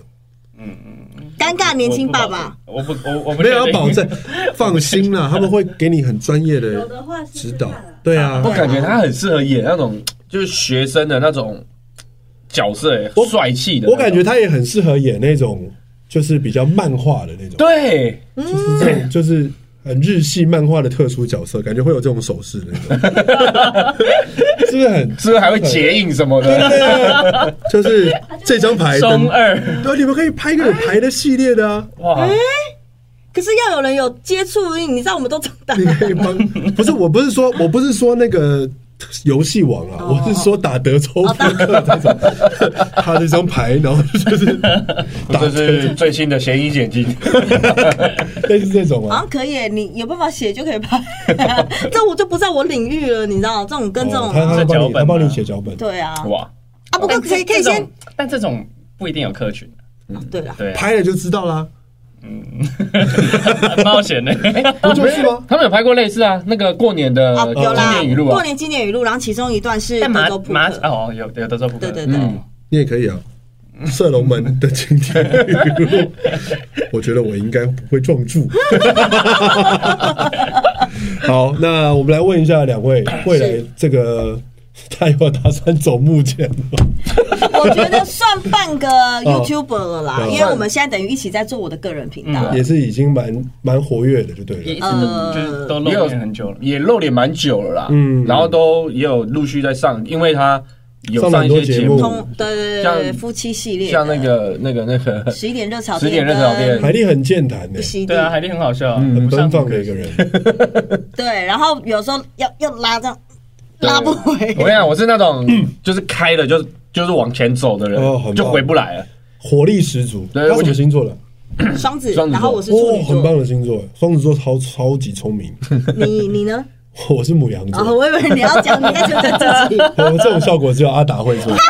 Speaker 5: 尴尬年轻爸爸，
Speaker 1: 我不我我不确
Speaker 4: 没
Speaker 1: 定
Speaker 4: 有要保证，放心啦，他们会给你很专业
Speaker 6: 有
Speaker 4: 的
Speaker 6: 的话是
Speaker 4: 指导。对啊
Speaker 7: 我，感觉他很适合演那种就是学生的那种角色、欸
Speaker 4: 我，
Speaker 7: 帅气的那种。
Speaker 4: 我感觉他也很适合演那种，就是比较漫画的那种，
Speaker 7: 对，
Speaker 4: 就是这种就是很日系漫画的特殊角色，感觉会有这种手势那种， 是不是很？
Speaker 7: 是不是还会结印什么
Speaker 4: 对啊
Speaker 7: 的？
Speaker 4: 对对，就是这张牌，
Speaker 1: 中二
Speaker 4: 对，你们可以拍一个有牌的系列的啊。
Speaker 1: 哇，
Speaker 5: 可是要有人有接触，你知道我们都长大了
Speaker 4: 你。可以帮，不是，我不是说，我不是说那个游戏王啊，
Speaker 5: 哦
Speaker 4: 我是说打德州扑克这种，他这张牌，然后就是打
Speaker 7: 这是
Speaker 4: 德，
Speaker 7: 最新的嫌疑 剪辑，
Speaker 4: 类似这种
Speaker 5: 好
Speaker 4: 啊。
Speaker 5: 像可以耶，你有办法写就可以拍， 这我就不在我领域了，你知道，这种跟这种
Speaker 4: 哦，他他
Speaker 1: 这
Speaker 4: 帮
Speaker 1: 脚本
Speaker 4: 你，他
Speaker 1: 啊
Speaker 4: 帮你写脚本，
Speaker 5: 对啊，
Speaker 7: 哇！
Speaker 5: 啊，不过可以可以
Speaker 1: 这种
Speaker 5: 先，
Speaker 1: 但这种不一定有客群，
Speaker 5: 哦对了，
Speaker 1: 对啊，
Speaker 4: 拍了就知道啦，
Speaker 1: 很冒险的。
Speaker 5: 哎
Speaker 4: 不就是吗？
Speaker 7: 他们有拍过类似啊，那个过年的
Speaker 5: 啊，
Speaker 7: 经
Speaker 5: 有啦，
Speaker 7: 典语录啊
Speaker 5: 过，年经典语录，然后其中一段是
Speaker 1: 但
Speaker 5: 德
Speaker 1: 麻
Speaker 5: 州扑
Speaker 1: 麻
Speaker 7: 啊
Speaker 5: 克，
Speaker 1: 哦，有有德州扑克，
Speaker 5: 对对对，
Speaker 7: 嗯
Speaker 4: 你也可以啊。射龙门的今天语 录，我觉得我应该不会撞柱。 好，那我们来问一下两位，未来这个他有打算走幕前吗？
Speaker 5: 我觉得算半个
Speaker 7: 哦
Speaker 5: YouTuber 了啦，
Speaker 7: 啊
Speaker 4: 对
Speaker 5: 因为我们现在等于一起在做我的个人频道，
Speaker 4: 也是已经蛮蛮活跃的，就对
Speaker 1: 也一
Speaker 4: 了。
Speaker 1: 直都
Speaker 5: 呃
Speaker 1: 就是都露
Speaker 7: 也有
Speaker 1: 面很久了。
Speaker 7: 也露脸蛮久了啦，
Speaker 4: 嗯
Speaker 7: 然后都也有陆续在上，因为他有
Speaker 4: 上
Speaker 7: 上一
Speaker 4: 很多
Speaker 7: 些
Speaker 4: 节
Speaker 7: 节
Speaker 4: 目
Speaker 7: 目，
Speaker 5: 通对对对对
Speaker 7: 嗯像
Speaker 5: 夫妻系列的，
Speaker 7: 像那个那个那 个
Speaker 5: 十一点热炒
Speaker 7: 10
Speaker 5: 店，
Speaker 7: 点热炒店
Speaker 4: 海蒂很健谈的
Speaker 5: 不，吸
Speaker 1: 对啊，海丽很好笑啊，
Speaker 4: 很
Speaker 1: 很不
Speaker 4: 奔
Speaker 1: 上
Speaker 4: 嗯放
Speaker 1: 风
Speaker 4: 的
Speaker 1: 格
Speaker 4: 一个人。
Speaker 5: 对，然后有时候要要拉这样，
Speaker 7: 对哦
Speaker 5: 拉不回，
Speaker 7: 我跟你讲，我是那种就是开了就就是往前走的人
Speaker 4: 哦很棒，
Speaker 7: 就回不来了。
Speaker 4: 活力十足。
Speaker 7: 对
Speaker 4: 他什
Speaker 7: 我觉
Speaker 4: 么
Speaker 7: 得
Speaker 4: 星座的？
Speaker 5: 双子，
Speaker 7: 双子座
Speaker 5: 然后我是处
Speaker 4: 哦，
Speaker 5: 女
Speaker 4: 很
Speaker 5: 座，
Speaker 4: 棒的星座，双子座超超级聪明。
Speaker 5: 你你呢？
Speaker 4: 我是母羊
Speaker 5: 啊，
Speaker 4: 座，
Speaker 5: 我以为你要讲你在觉得 自己。
Speaker 4: 我这种效果只有阿达会做。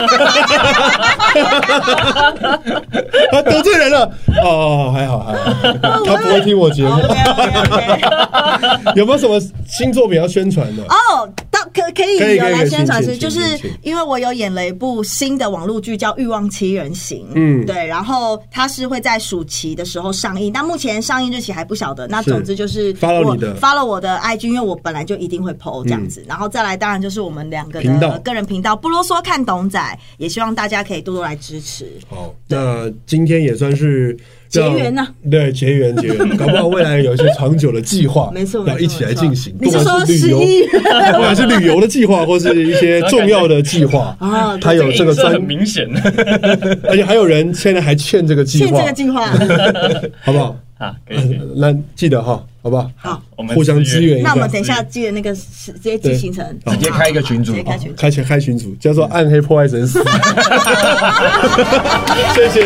Speaker 4: 他啊得罪人了哦，还好还好，
Speaker 5: 啊
Speaker 4: 他不会听我节目。
Speaker 5: OK，OK，OK
Speaker 4: 有没有什么星座比较宣传的？
Speaker 5: 哦，到可可以
Speaker 4: 可以
Speaker 5: 有
Speaker 4: 可以
Speaker 5: 来
Speaker 4: 可以
Speaker 5: 宣传
Speaker 4: 请
Speaker 5: 是，
Speaker 4: 请
Speaker 5: 就是
Speaker 4: 请请
Speaker 5: 因为我有演了一部新的网络剧叫《欲望七人行》，
Speaker 4: 嗯
Speaker 5: 嗯，对，然后它是会在暑期的时候上映，但目前上映日期还不晓得。那总之就是
Speaker 4: 是，follow
Speaker 5: 我
Speaker 4: 你的嗯
Speaker 5: ，follow 我的 IG，因为我本来就一定会 PO 这样子，然后再来当然就是我们两个
Speaker 4: 频道
Speaker 5: 的个人频道不啰嗦看懂仔，也希望大家可以多多来支持。
Speaker 4: 好，那今天也算是让
Speaker 5: 哦结缘啊呐
Speaker 4: 对，结缘结缘，搞不好未来有一些长久的计划，
Speaker 5: 没错没错
Speaker 4: 要一起来进行，
Speaker 5: 你
Speaker 4: 不
Speaker 5: 是说
Speaker 4: 管是旅
Speaker 5: 十
Speaker 4: 游，
Speaker 5: 一
Speaker 4: 不管是旅游的计划，或是一些重要的计 划，
Speaker 5: 啊？
Speaker 4: 他有这个
Speaker 1: 影射
Speaker 4: 专
Speaker 1: 很，明显。
Speaker 4: 而且还有人现在还欠这个计
Speaker 5: 欠
Speaker 4: 划
Speaker 5: 这个，计划，
Speaker 4: 好不好？
Speaker 1: 啊，可以可以，
Speaker 4: 那记得哈，好不好？
Speaker 5: 好，
Speaker 1: 我们
Speaker 4: 互相支援一下。
Speaker 5: 那我们等一下记得那个时直接记行程，
Speaker 7: 直接开一个群组
Speaker 5: 直接开群组。
Speaker 4: 开群开群组，叫做“暗黑破坏 神死”。谢谢，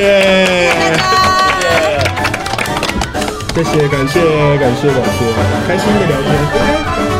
Speaker 4: 谢谢，感谢，感谢，感谢，开心的聊天。
Speaker 5: 哦